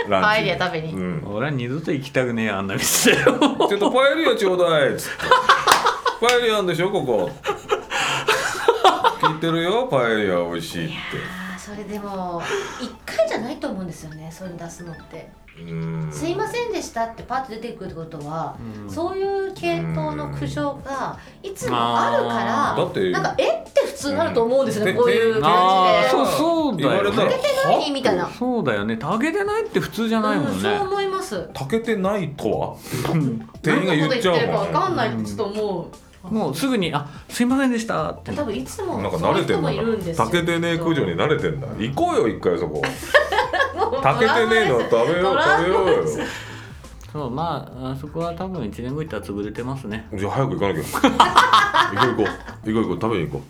B: ランチ
C: パエリア食べに
B: うん、
A: 俺は二度と行きたくねえあんな店
B: ちょっとパエリアちょうだいっつ
C: (laughs)
B: ってパエリアなんでしょここ聞いてるよパエリア美味しいっ
C: あーそれでも一回じゃないと思うんですよねそういうの出すのって
B: てうん
C: 「すいませんでした」ってパッと出てくるってことは、
A: うん
C: そういう系統の苦情がいつもあるから
A: あ
B: ーだって
C: なんか「えっ?」て普通なると思うんですよね、
B: うん
C: こういう感
A: あー
C: じで
A: そうそうだよ
B: 言われたら
C: 「炊けて何?」
B: は
C: みたい
A: (laughs)
C: な、
A: そうだよね炊けてないって普通じゃないも
C: うんん
A: ね
C: そう思います
B: 炊けてないとは店員が言っちゃ
C: 何のこと言ってるか分か
B: うん
C: ないってちょっと思う、
A: もうすぐに「あすいませんでした」って
C: 多分いつ
B: も
C: も
B: んなんか
C: そ
B: 慣
C: うい
B: れ
C: う
B: てん
C: 人も
B: だ
C: いるんですよ
B: 炊けてねえ駆除に慣れてんだ行こうよ一回そこ炊けてねえの食べよ
C: ド
B: う
C: ラ
B: 食べようよ
A: そうまああそこは多分1年後行ったら潰れてますね
B: じゃあ早く行かなきゃ行こう行こう行こう行こう食べに行こ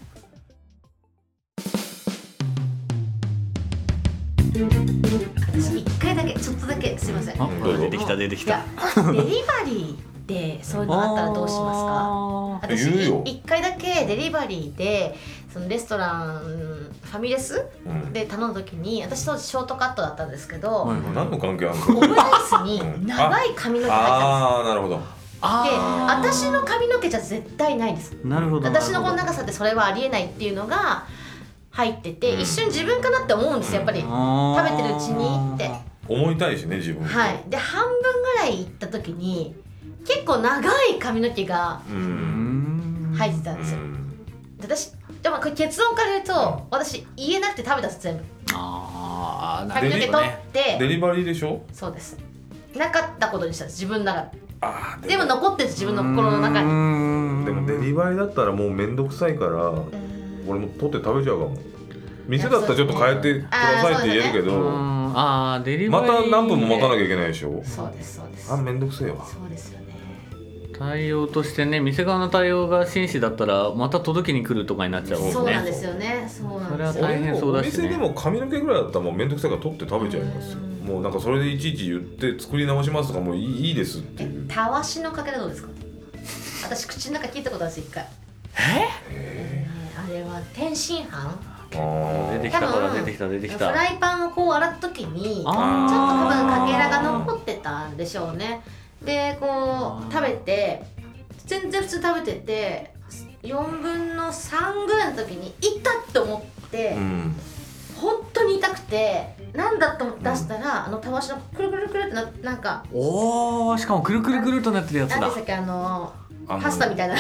C: 私一回だけちょっとだけすいません
A: あ
B: うんどうぞ
A: 出てきた出てき
C: いや
A: た
C: デリバリーでそういうのあったらどうしますか
A: あ
B: ー
C: 私
B: 言うよ
C: 一回だけデリバリーでそのレストランファミレス
B: う、うん
C: で頼む時に私当時ショートカットだったんですけど、
A: はい
B: 何の関係あ
C: (laughs)
B: るの
C: オムライスに長い髪の毛が入って
B: ああなるほど
C: たんですで私
A: ー
C: の髪の毛じゃ絶対ないです
A: なるほどなるほど
C: 私のこの長さでそれはありえないっていうのが入ってて、
B: うん
C: 一瞬自分かなって思うんですよやっぱり、
A: あー
C: 食べてるうちにって
B: 思いたいしね自分
C: はいで半分ぐらい行った時に結構長い髪の毛が
B: う
A: うー
B: ん
A: ん
C: 入ってた
B: うん
C: ですよ、
B: ん
C: で私でもこれ結論から言うと、
B: うん
C: 私言えなくて食べたんです全部
A: あーな
C: 髪
A: る
C: の
A: ほ
C: 毛
A: ど
C: 取っ
A: ね
C: て、
B: デリバリーでしょ
C: そうですなかったことにしたんです自分なら
B: ああ
C: でも残ってる自分の心の中に
A: うー
C: うん
B: でもデリバリーだったらもう面倒くさいから俺も取って食べちゃうかも店だったらちょっと変えてくださいって言えるけ
A: うー
B: ど
A: んあーデリバ
B: ま
A: リ
B: た
A: ー
B: 何分も待たなきゃいけないでしょ
C: そうですそうです
B: あ面倒くせえわ
C: そうですよね
A: 対応としてね店側の対応が紳士だったらまた届きに来るとかになっちゃうもんね
C: そうなんですよねそうなんです
A: それは
C: よ
A: 大変そうだしね
B: 俺もお店でも髪の毛ぐらいだったらもう面倒くさいから取って食べちゃいますよ
C: うん
B: もうなんかそれでいちいち言って作り直しますとかもういいいいですって
C: え
B: いう
C: たわしのかけらどうですか私口の中聞いたことあるんです一回えあれは天津飯
B: あー
A: 出てきたか
C: 多
A: ら
C: 分
A: 出てきた出てき
C: フ
A: た
C: ライパンをこう洗った時にちょっと
A: あー
C: 多分かけらが残ってたんでしょうねでこう食べて全然普通に食べてて4分の3ぐらいの時に痛っと思って、
B: うん
C: 本当に痛くてなんだと思って出したら、あのたわしのくるくるくるってななんか
A: おーしかもくるくるくるっとなってるやつ
C: 何
A: だ
C: でしたっけあの
B: あの
C: パスタみたいな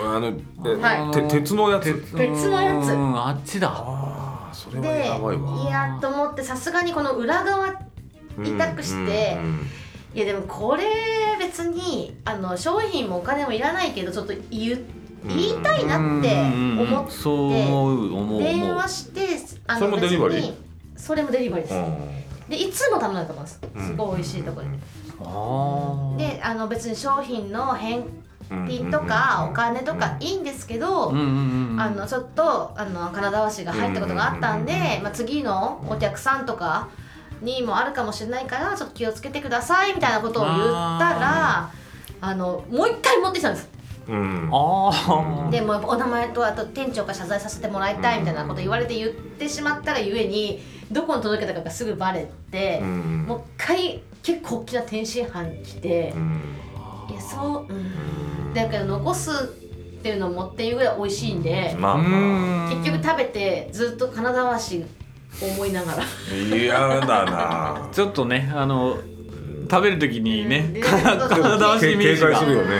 B: あの、え
C: は
B: て
C: い
B: 鉄のやつ。
C: 別のやつ
A: うんあっちだ
B: ああ、それは
C: で
B: やばいわ。
C: いやと思ってさすがにこの裏側い痛くして
B: うんうん
C: やでもこれ別にあの商品もお金もいらないけどちょっと言う
B: うん
C: 言いたいなって思っ
A: そう思う思う
C: 電
A: 思う
C: 話してあ
B: それもデリバリー
C: 別にそれもデリバリーです、
B: う
C: でいつも頼んだと思います
B: ん
C: すごい美味しいところで、
A: あー
C: であの別に商品の返
B: うん
C: 品とかお金とかいいんですけど、
A: うんうんうん
C: あのちょっとあの金沢市が入ったことがあったんで、
B: うんうんうん
C: まあ、次のお客さんとかにもあるかもしれないからちょっと気をつけてくださいみたいなことを言ったらあのもう一回持ってきたんです
B: うん。
A: あー
C: でもうお名前とあと店長が謝罪させてもらいたいみたいなこと言われて言ってしまったがゆえにどこに届けたかがすぐバレて
B: う、ん
C: もう一回結構大きな天津飯来て
B: う、ん
C: いやそう、うん、だけど残すっていうのもっていうぐらい美味しいんで。
B: まあ
A: う
B: ま
A: ん
C: 結局食べてずっと金沢市を思いながら
B: あ。嫌だ
A: (laughs)
B: な。
A: ちょっとねあの食べる時にね
C: うん
A: 体
C: 楽
A: し
B: け
A: いイメー
B: 警
A: ジ
B: 戒する
A: が
B: よね。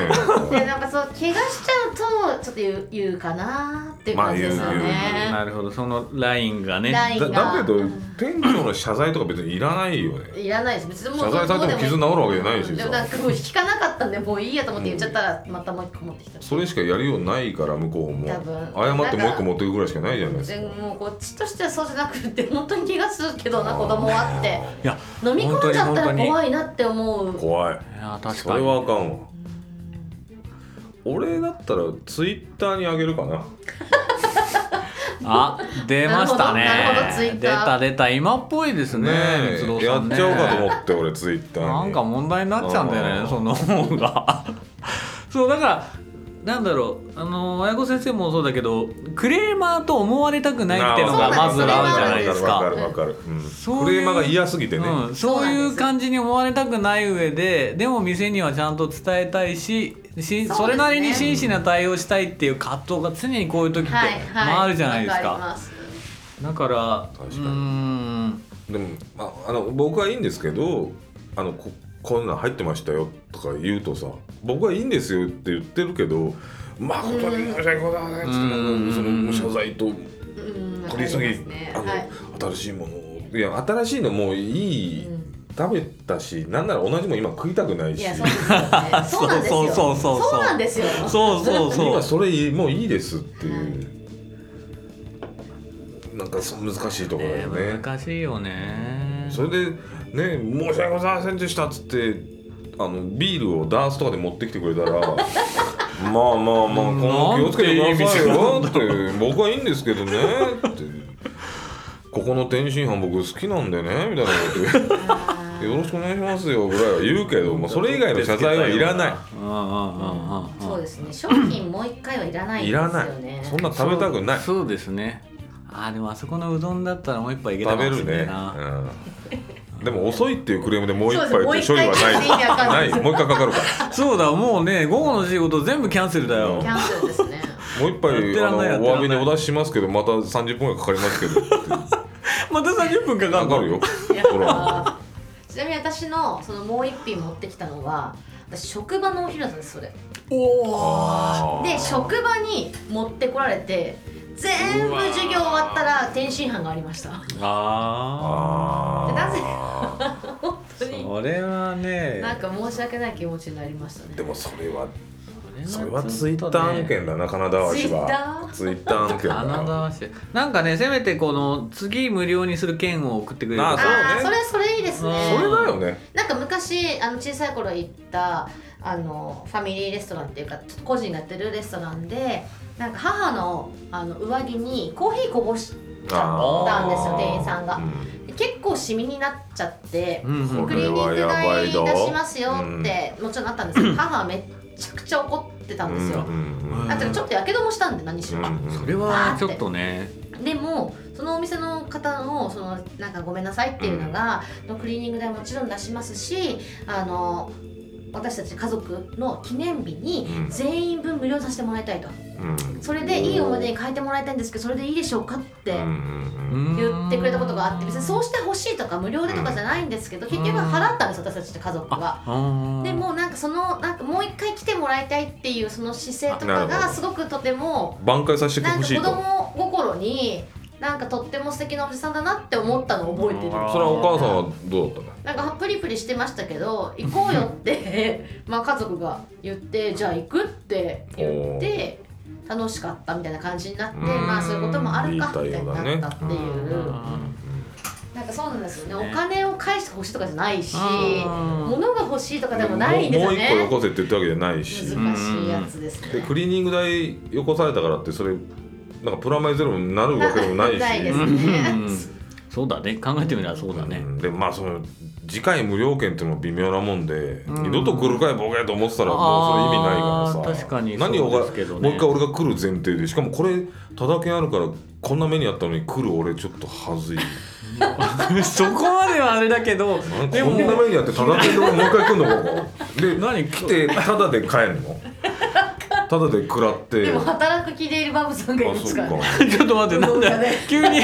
C: でなんかそう怪我しちゃうとちょっと言う言うかなっていう感じですよね、
A: なるほどそのラインがね
C: ライ
B: だ
C: ン
B: だ
C: が
B: けど店長の謝罪とか別にいらないよね。
C: いらないです別に
B: 謝罪されても傷治るわけじゃないし
C: でもなんかもう引かなかったんでもういいやと思って言っちゃったらまたもう一個持ってきた
B: それしかやるようないから向こうも
C: 多
B: 謝
C: 分
B: ってもう一個持っていくぐらいしかないじゃないです
C: で
B: か。
C: もうこっちとしてはそうじゃなくて本当に怪我するけどな子供はって
A: いや
C: 飲み込んじゃった
A: 本当
C: ら
A: に本
C: 怖いなって思う
B: 怖い。
A: 当にいや確
B: そ
A: か
B: れ
A: に
B: はあかんわ俺だったらツイッターにあげるかな
A: あ出ましたね
C: なるほどなるほどツイッタ
A: 出
C: ー
A: た出た今っぽいですね
B: ね
A: 光郎
B: えや
A: さ
B: っ
A: んね
B: ちゃおうかと思って俺ツイッターに
A: なんか問題になっちゃうんだよ
B: うん
A: ねその方が (laughs) そうだからなんだろうあの親子先生もそうだけどクレーマーと思われたくないっていうのがまずあるじゃないです
B: わ
A: か
B: かるわかるわかる、うん
A: そう
B: ク
A: いう
B: レーマーが嫌すぎてね、
A: うん、そういう感じに思われたくない上ででも店にはちゃんと伝えたいしし
C: そう
A: それなりに
C: です
A: 真
C: ね
A: 摯な対応したいっていう葛藤が常にこういう時って回るじゃないですか,、
C: わります
A: だから
B: 確かに
A: うーん
B: でも、まあ、あの僕はいいんですけどあのここんなん入ってましたよとか言うとさ僕はいいんですよって言ってるけど誠に申し訳ございませんっつってなん
A: うん
B: かその無謝罪と
C: うん
B: 取り急ぎ、
C: わかますね
B: あの、
C: はい
B: 新しいものをいや新しいのもういい、
C: うん
B: 食べたしなんなら同じもん今食いたくない
C: い
B: し
C: やそうですよねそうなんですよ
A: そうそうそうそう
C: そう
A: そうそうそ
C: なんですよ
B: 今
A: う
B: それもういいですっていう、なんかそう難しいところだよね。
A: ね難しいよね
B: それでね「申し訳ございませんでした」っつってあのビールをダンスとかで持ってきてくれたらまあまあまあ今後気をつけてくださいよって僕はいいんですけどねってここの天津飯僕好きなんでねみたいなこと言
C: あ
B: う
C: ー
B: よろしくお願いしますよぐらいは言うけど、まあ、それ以外の謝罪はいらな
A: うんうんうんうんうん
C: そうですね商品もう一回はいらない
B: い
C: ん
B: い
C: ですよ
B: ら
C: ね
B: ないそんな食べたくない
A: そうそうですねあーでもあそこのうどんだったらもう一杯いけた
B: 食
A: か
B: べ
A: も
B: る
A: しれない
B: ね
A: な、、
B: (laughs) うん、でも遅いっていうクレームでもう一杯って
C: そうです
B: 処理は
C: もう一回かかる
B: ないないもう一回かかるから
A: そうだもうね午後の仕事全部キャンセルだよ
C: キャンセルですね
B: もう一杯
A: やってら
B: あ
A: ん
B: の
A: ないやって
B: お
A: らんな
B: 詫
A: い
B: びにお出ししますけどまた30分ぐらいかかりますけど (laughs) っていう
A: また30分かか
B: か
A: る
B: か
A: の
B: るよ
C: いや
B: ほら
C: ちなみに私のそのもう一品持ってきたのは私職場のお昼だったんですそれ
A: おお
C: で職場に持ってこられて全部授業終わったら天津飯がありました
A: あ
B: あー
C: なぜ本当
A: あ
C: に
A: それはね
C: なんか申し訳ない気持ちになりましたね
B: でもそれはそれ
A: は
B: はツイッター案件だな金沢氏はツイッター案件だ
A: 花
B: な
A: 田市なんかねせめてこの次無料にする券を送ってくれる
B: あ
A: と
B: そうね
C: ああーそれそれいいです
A: う
B: そ
A: ん
B: れだ
C: ね
B: よね
C: なんか昔あの小さい頃行ったあのファミリーレストランっていうかちょっと個人がやってるレストランでなんか母のあの上着にコーヒーこぼし
A: ったんですよ
B: あー
C: 店員さんが
B: う
C: 結構シミになっちゃって、
A: うんうん
C: クリーニング代出しますよってもちろんあったんですけど母はめっちゃくちゃ怒ってたんですよ
B: う、んうんうん
C: だってちょっとやけどもしたんで何しろ、
B: うん
A: それはちょっとね
C: でもそのお店の方のそのなんかごめんなさいっていうのが、クリーニング代もちろん出しますしあの私たち家族の記念日に
B: うん
C: 全員分無料させてもらいたいと、
B: うん
C: それでいい思い出に変えてもらいたいんですけどそれでいいでしょうかって
B: うんうんうん
C: 言ってくれたことがあって別にそう
A: し
C: してほしいとか無料でとかじゃないんですけど結局
A: うん
C: 払ったんです私たちの家族が。でもうなんかそのなんかもう一回来てもらいたいっていうその姿勢と
B: あな
C: か
B: るほ
C: が
B: ど
C: すごくとても
B: 挽回させて
C: なん
B: ほ
C: か
B: し
C: 子
B: いとそれ
C: 供心になんかとっても素敵なおじさんだなって思ったのを覚えてる
A: あー
B: はお母さんはどうだったの
C: なんかプリプリしてましたけど行こうよって
B: (laughs)
C: まあ家族が言ってじゃあ行くって言って楽しかったみたいな感じになって
B: うん
C: まあそういうこともあるかみたい
B: いい対
C: に
B: 応
C: な
B: だね
C: ったっていう
A: うん
C: なんかそうなんですよね
A: ね
C: お金を返してほしいとかじゃないし
A: うん
C: 物が欲しいとかでもないんですよね
B: もうもう一個よこせって言ったわけじゃないし
C: 難しいやつですね
B: でクリーニング代よこされたからってそれなんかプラマイゼロになるわけでもないし
C: なないです
A: うんうん
C: ね
A: そうだね考えてみればそうだね
B: うんでまあその次回無料券っていうのも微妙なもんで、
A: うん
B: 二度と来るかいボケと思ってたらも
A: あ
B: う
A: ー
B: それ意味ないからさ
A: 確かに
B: 何を
A: そう
B: が
A: ですけど
B: も
A: ね
B: う一回俺が来る前提でしかもこれただ券あるからこんな目にあったのに来る俺ちょっとはずい
A: (laughs) そこまではあれだけど
B: なんか
A: で
B: こ
A: も
B: んな目にあってただ券で俺もう一回来んのここで
A: 何
B: 来てただで帰るのただで食らって
C: でも働く気でいるバブさんがい
B: あ
C: るんで
B: そ
C: す
B: う
C: から
B: か
A: (laughs)
C: ね
A: ちょっと待ってなんだよ急に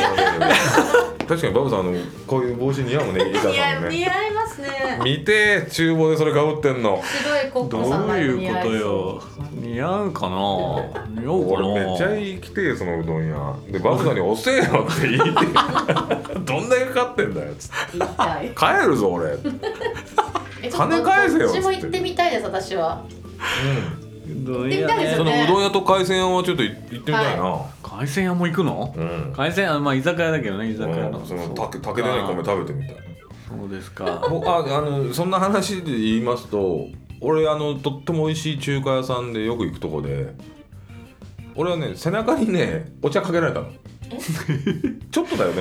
B: 確かにバブさんあのこういう帽子似合うね飯田さん
C: 似合
B: の
C: い
B: ね
C: 似合いますね
B: 見て厨房でそれかぶってんの
C: 白いコッ
A: ど
C: コさん
A: う
C: が
A: い
C: 似
A: うこ
C: 合い
A: と
C: そ
A: よ似合うかな似合うか
B: 俺
A: な
B: めっちゃ行きてえそのうどん屋でバブさんに「遅えよ」って (laughs) 言って「どんだけかかってんだよ」つって
C: う言いたい
B: 「帰るぞ俺」
C: えちょっと
B: 金返せよ
C: どっちも行ってみたいです私は
A: どう
C: 行ってみたいです
B: そ
C: よ
B: の
C: ね
B: うどん屋と海鮮屋はちょっと行ってみたいな、
A: 海鮮屋も行くの
B: うん、
A: 海鮮屋まあ居酒屋だけどね居酒屋
B: う
A: の
B: ん、その竹竹でない米食べてみたい
A: そうですか
C: (laughs)
B: ほああのそんな話で言いますと俺あのとっても美味しい中華屋さんでよく行くとこで俺はね背中にねお茶かけられたのちょっとだよで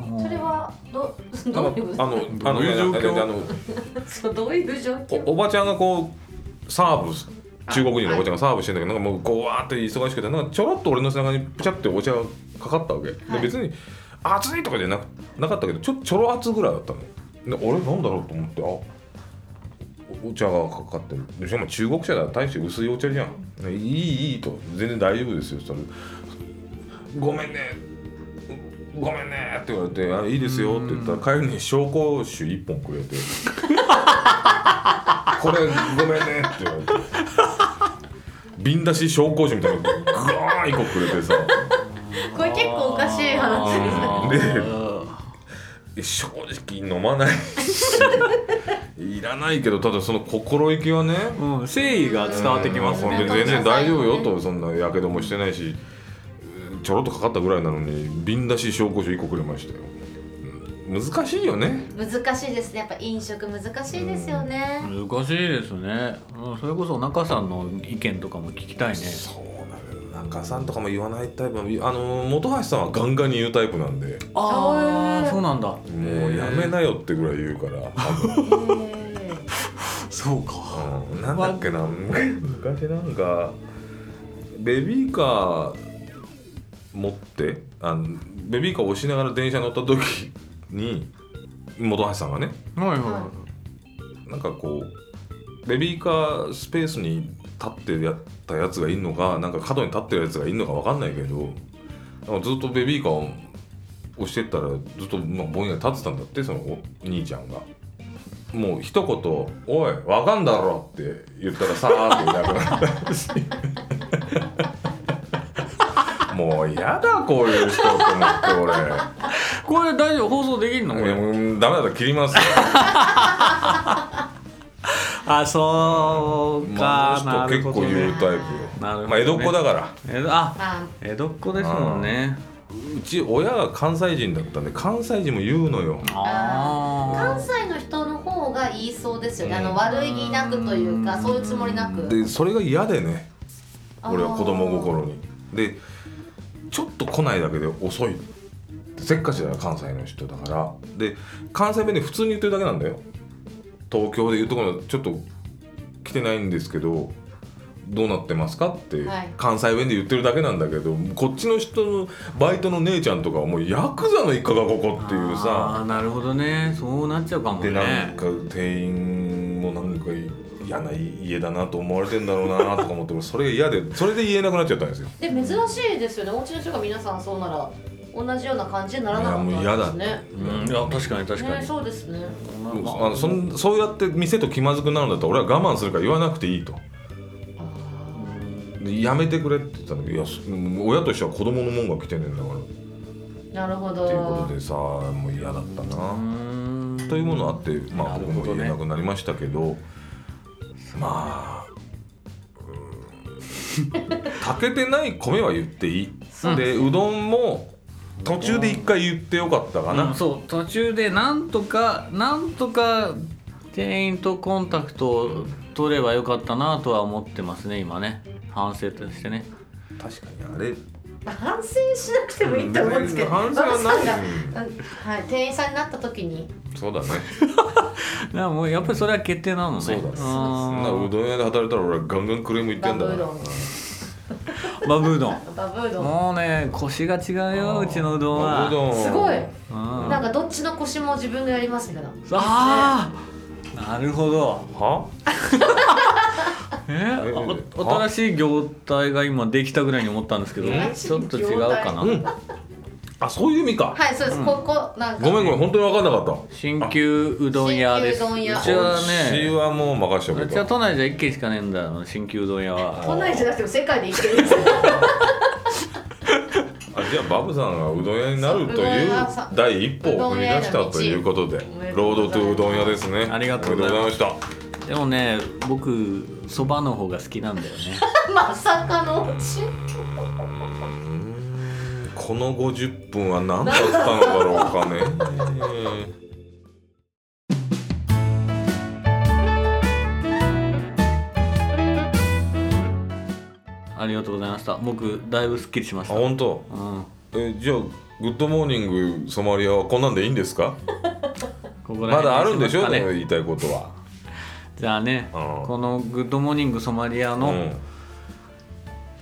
B: も
C: それはど
B: あ
C: どういう
B: のあのあ
A: どういう状況
B: いやいやあの
C: (laughs) そうどういう状況
B: おおばちゃんがこうサーブ中国人のおばちゃんがサーブしてんだけどなんかもうこうわーって忙しくてなんかちょろっと俺の背中にプチャってお茶がかかったわけ、
C: は
B: で
C: い
B: 別に熱いとかじゃなくなかったけどちょちょろ熱ぐらいだったので俺なんだろうと思ってあおお茶がかかってるでしかも中国茶だ大して薄いお茶じゃんねいいいいと全然大丈夫ですよそれごめんねごめんねって言われてあ「いいですよ」って言ったら帰りに紹興酒1本くれ
C: (laughs)
B: て「これごめんね」って言われて瓶出し紹興酒みたいなのグワーン1個くれてさ
C: これ結構おかしい話ですね
A: あー
B: 正直飲まないしいらないけどただその心意気はね
A: うん、誠意が伝わってきます
B: うん
A: ね。
B: 全然大丈夫よとそんなやけどもしてないしちょろっとかかったぐらいなのに瓶出し紹興酒1個くれましたよ、うん難しいよね
C: 難しいですねやっぱ飲食難しいですよね、
A: 難しいですね。うん、それこそ中さんの意見とかも聞きたいね。
B: そうなのよ中さんとかも言わないタイプのあの本橋さんはガンガンに言うタイプなんで
A: あ
C: へ
A: あ、
C: ー
A: そうなんだ。
B: もうやめなよってぐらい言うから多分
C: へー
A: そうか。
B: うんなんだっけな昔なんかベビーカー持ってあのベビーカー押しながら電車乗った時に本橋さんがね
A: はいはい
C: は
B: なんかこうベビーカースペースに立ってやったやつがいるのかなんか角に立ってるやつがいるのかわかんないけどなんかずっとベビーカーを押してったらずっとまあぼんやり立ってたんだってそのお兄ちゃんが。もう一言「おいわかんだろ」って言ったらさーっていなくなったしもうやだこういう人と思って俺。
A: これ大丈夫放送できるの？こ
B: いや
A: れ。
B: もうダメだったら切りますよ。
A: あ、そう
B: まあ
A: か。な
B: あの人
A: る
B: 結
A: ほ
B: 構
A: ど
B: 言う
A: ね。
B: タイプよ。
A: なるほどね
B: まあ江戸っ子だから。
A: 江戸あ、
C: まあ
A: 江戸っ子ですもんね。
B: うち親が関西人だったんで関西人も言うのよ。
A: あ
C: 関西の人の方が言いそうですよね、
B: うん
C: あの悪い気なくというか、
A: うん
C: そういうつもりなく
B: でそれが嫌でね俺は子供心
C: に
B: に。でちょっと来ないだけで遅い。せっかちだよ関西の人だから。で関西弁で普通に言ってるだけなんだよ。東京で言うところちょっと来てないんですけど。どうなってますかって
C: はい
B: 関西弁で言ってるだけなんだけど、こっちの人のバイトの姉ちゃんとかはもうヤクザの一家がここ
A: あ。
B: っていうさ
A: あーなるほどね。そうなっちゃうかも
B: でなん
A: ね。
B: か店員もなんか嫌な家だなと思われてんだろうなとか思って俺それが嫌でそれで言えなくなっちゃったんですよ。
C: で珍しいですよねお家の人が皆さんそうなら同じような感じにならなかったんです
B: いや
C: ね
A: うん、いや確かに確か
C: ね
A: に。
C: そうですね
A: まあまあ
B: あのそんそうやって店と気まずくなるんだったら俺は我慢するから言わなくていいと。でやめてくれって言ったんだけどいやそ親としては子供のもんが来てねえんだからって
C: なるほ
B: いうこ
C: ど
B: とでさもう嫌だったな。
A: うーん
B: というものあって、まあ、
A: なる
B: 僕
A: ほ
B: も
A: どね
B: 言えなくなりましたけどまあうーん炊けてない米は言っていいでうどんも途中で一回言ってよかったか
A: うん
B: な、
A: そう途中でなんとかなんとか店員とコンタクトを取ればよかったなとは思ってますね今ね反省としてね (laughs)
B: 確かにあれ
C: 反省しなくてもいいと思うんですけど
B: 反省はない
C: 若さんがうんはい店員さんになった時に
B: そうだね
A: だからもうやっぱりそれは決定なのね
B: そうだねそんなう
A: あ
B: どん屋で働いたら俺はガンガンクレーム言ってんだ
C: バブ
B: か
C: う
B: ら
A: ーバ
C: どん
A: ブうどん
C: バブードン
A: もうね腰が違うようちのうどんは
B: うどん
C: すごい
A: うん
C: なんかどっちの腰も自分でやりますみたいな
A: ああなるほど
B: は
A: え
B: え
A: お新しい業態が今できたぐらいに思ったんですけど
B: え
A: ちょっと違うかな、
B: うんあそういう意味か、
C: はいそうです、ここなんか
B: ごめんごめん本当に分かんなかった
A: 新旧うどん屋です
C: 新旧うどん屋
A: うちは
B: 私
A: ね
B: はもう任してお
A: う
B: け
A: ちは都内じゃ1軒しかねえんだよ新旧うどん屋は
C: 都内じゃなくても世界で生きてるん
B: (laughs)
C: ですよ
B: あじゃあバブさんがうどん屋になるという第一歩を踏み出したということで
C: うどん屋への道
B: ロードトゥうどん屋ですね
A: ありがとうござい
B: おめ
A: ま
B: でとうございま
A: でもね僕そばの方が好きなんだよね
B: (laughs)
C: まさかのうち
B: したこの50分は何だったのだろうかね
A: (laughs) ありがとうございました僕だいぶすっきりしま
B: あ
A: した、うん、
B: 本当
A: あ
B: えじゃあグッドモーニングソマリアはこんなんでいいんですか
A: ここら辺
B: まだあるんでし
A: にま
B: ょう
A: す
B: ね
A: かね
B: 言いたいことは、
A: じゃあね
B: うん
A: この「グッドモーニングソマリア」
B: う
A: の
B: ん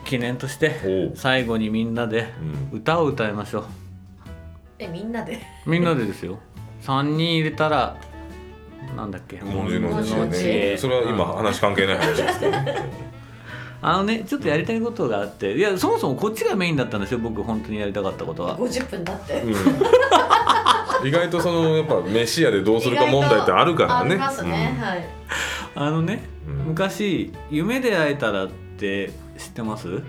A: 記念とし
B: お
A: て
B: う
A: 最後にみんなで歌を歌いましょ
C: えみんなで
A: うみんなでですよ3人入れたらなんだっけ
B: 文字の字
C: 文字の
B: ね
A: 知
B: それは今話関係ない話ですけど
A: あのねちょっとやりたいことがあっていやそもそもこっちがメインだったんですよ僕本当にやりたかったことは
C: 50分だって
B: うん意外とそのやっぱ飯屋でどうするか問題ってあるからね
C: 意外とありますね、はい
A: あのね
B: うんうん
A: 昔「夢で会えたら」って知ってます
C: はい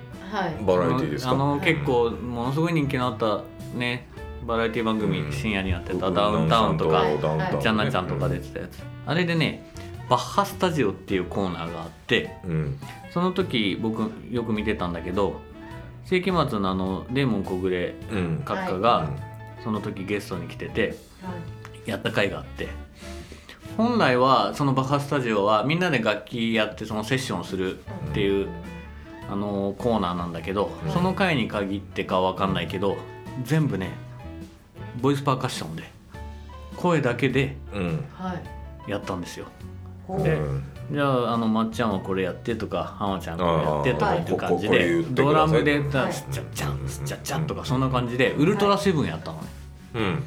B: バラエティーですか
A: あの結構ものすごい人気のあったねバラエティ番組、
B: うん
A: 深夜にやって
B: うん
A: たダウンタウンとか
C: うん
B: ダウンタウンね
A: ジャンナちゃんとか出てたやつ、あれでねバッハスタジオっていうコーナーがあって
B: うん
A: その時僕よく見てたんだけど世紀末のあのデーモン小暮
B: うん
A: 閣下
B: う
A: が
B: ん
A: その時ゲストに来てて
C: はい
A: やった回があって本来はそのバッハスタジオはみんなで楽器やってそのセッションをするっていうあのコーナーなんだけど、
B: うん
A: その回に限ってかわかんないけど全部ねボイスパーカッションで声だけで
B: うん
C: はい
A: やったんですよ
C: ほ
B: う
C: うん
A: じゃああのまっちゃんはこれやってとかはまちゃんこれやってとかっていう感じ
B: あ
A: で
B: ーこここれ言ってください
A: ドラムで「
C: はい
A: スチャッチャンスチャッチャン」とかそんな感じでウルトラセブンやったのね
B: うん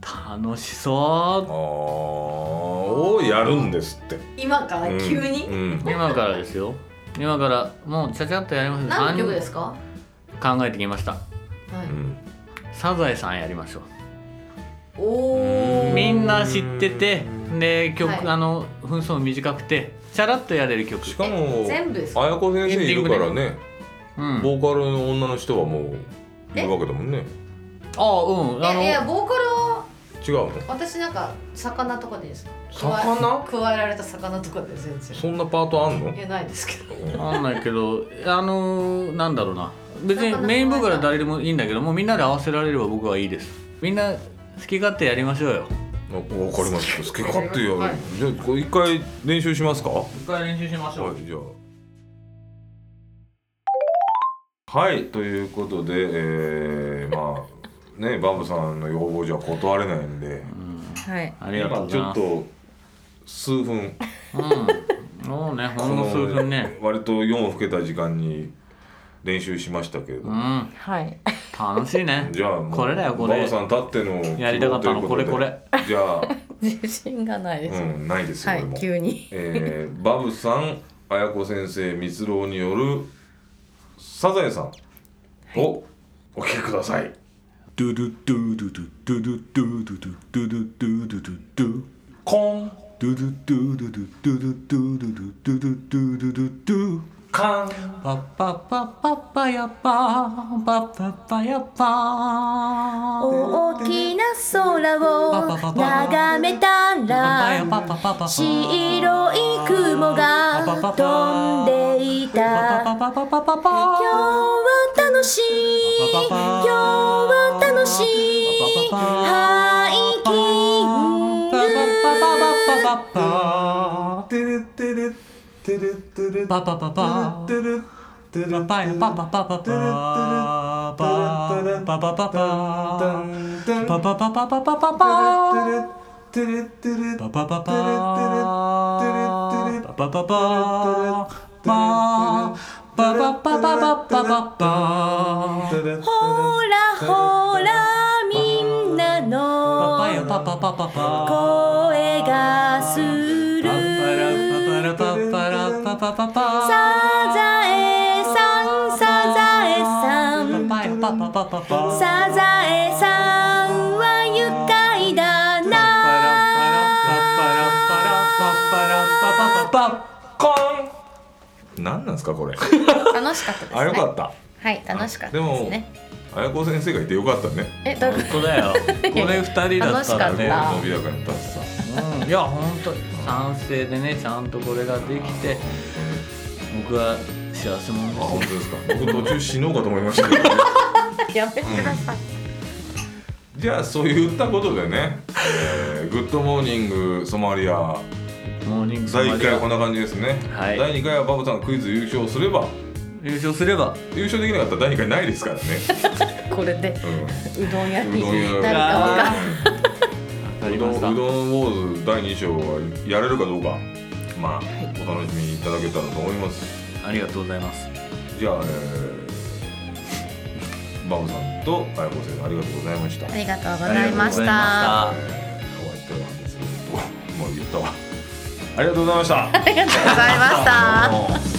A: 楽しそ
B: あーをやるんですって
C: 今から
B: うん
C: 急に、
B: うん
A: う今からですよ今からもうちゃちゃっとやりますよ
C: 何の曲ですすか、は
A: 考えてきました
B: う
C: い、
B: ん
A: サザエさんやりましょう
C: おお
A: みんな知っててで曲、
C: はい
A: あの紛争短くてチャラッとやれる曲
B: しかも
C: え全部ですか
B: 綾子先生いるからね
A: うん、
B: ボーカルの女の人はもういるわけだもんね
A: あうんあ
C: えいや
A: の
C: ボーカルは
B: 違うの
C: 私なんか魚とかでいいですか (laughs)
B: 魚
C: 加えられた魚とかで全然
B: そんなパートあんの
C: いやないですけど
A: わかんないけどあのーなんだろうな別
C: な
A: に
C: んか
A: メインボーカルは誰でもいいんだけどもうみんなで合わせられれば僕はいいですみんな好き勝手やりましょうよ
B: わかりました好き勝手やる、
C: はい
B: じゃあこれ一回練習しますかは
A: 一回練習しまし
B: いじゃあはいということでえー、まあねバブさんの要望じゃ断れないんで
C: はい
A: ありがとうございます
B: ちょっと数分
A: うんもうねほんの数分ね
B: 割と4を更けた時間に練習しましたけれど、
A: うん
C: はい
A: 楽しいね
B: じゃあもう
A: これだよこれ
B: バブさんたっての
A: やりたかったの
B: 希望というとでじゃあ
D: (laughs) 自信がないです、
B: うんないですよ、
D: は
B: 俺
D: い
B: も
D: 急に
B: えー、バブさん、綾子先生、蜜郎によるサザエさんをお聞きください。
E: do do do do do do do do do do do do do do do do
B: コン
E: do do do do do do do do do do do do do do do
B: カン
A: パッパッパッパッパヤッパーパッパッパヤッパー
D: 大きな空を眺めたら白い雲が飛んでいた今日は楽しい今日は楽しいハイキング
B: テレテレテレテレテレテレテレテレテレテレ
D: ほらほらみんなの声がするサザエさんサザエさんサザエさんは愉快だな
B: コン何なんですかこれ
D: 楽しかったですね
B: あよかった
D: はい楽しかった
B: で
D: です
B: も
D: ね
B: 綾子先生がいてよかったね
D: えどういうこと
A: 本当だよ。これ二人だったらね。
D: あ
B: 伸びやかに立ってさ
A: うんいや本当賛成でねちゃんとこれができて僕は幸せ者
B: あ
A: です
B: 本当ですか僕途中死のうかと思いましたけど (laughs)
D: やめてください
B: じゃあそう言ったことでね、えーグッドモーニングソマリア
A: モーニング
B: 第1回は
A: は
B: こんな感じですね、
A: はい
B: 第2回はバブさんがクイズ優勝すれば
A: 優勝すれば
B: 優勝できなかったら何かないですからね、
D: これでうどん屋
B: う
D: に
B: どん
D: (laughs)
B: 屋
D: なるかわかんない
A: 当た
B: うん、う
A: り
B: どん
A: まし
B: うど
A: た
B: んウォーズ第2章はやれるかどうかまあお楽しみいただけたらと思います
A: ありがとうございます
B: じゃあ、えーバブさんと綾子先生ありがとうございました、
C: ありがとうござい
A: ありがと
C: まし
A: うございました
B: えー、お相
C: た。
B: 手はですけどもう言ったわありがとうございました
C: ありがとうございました。
B: もう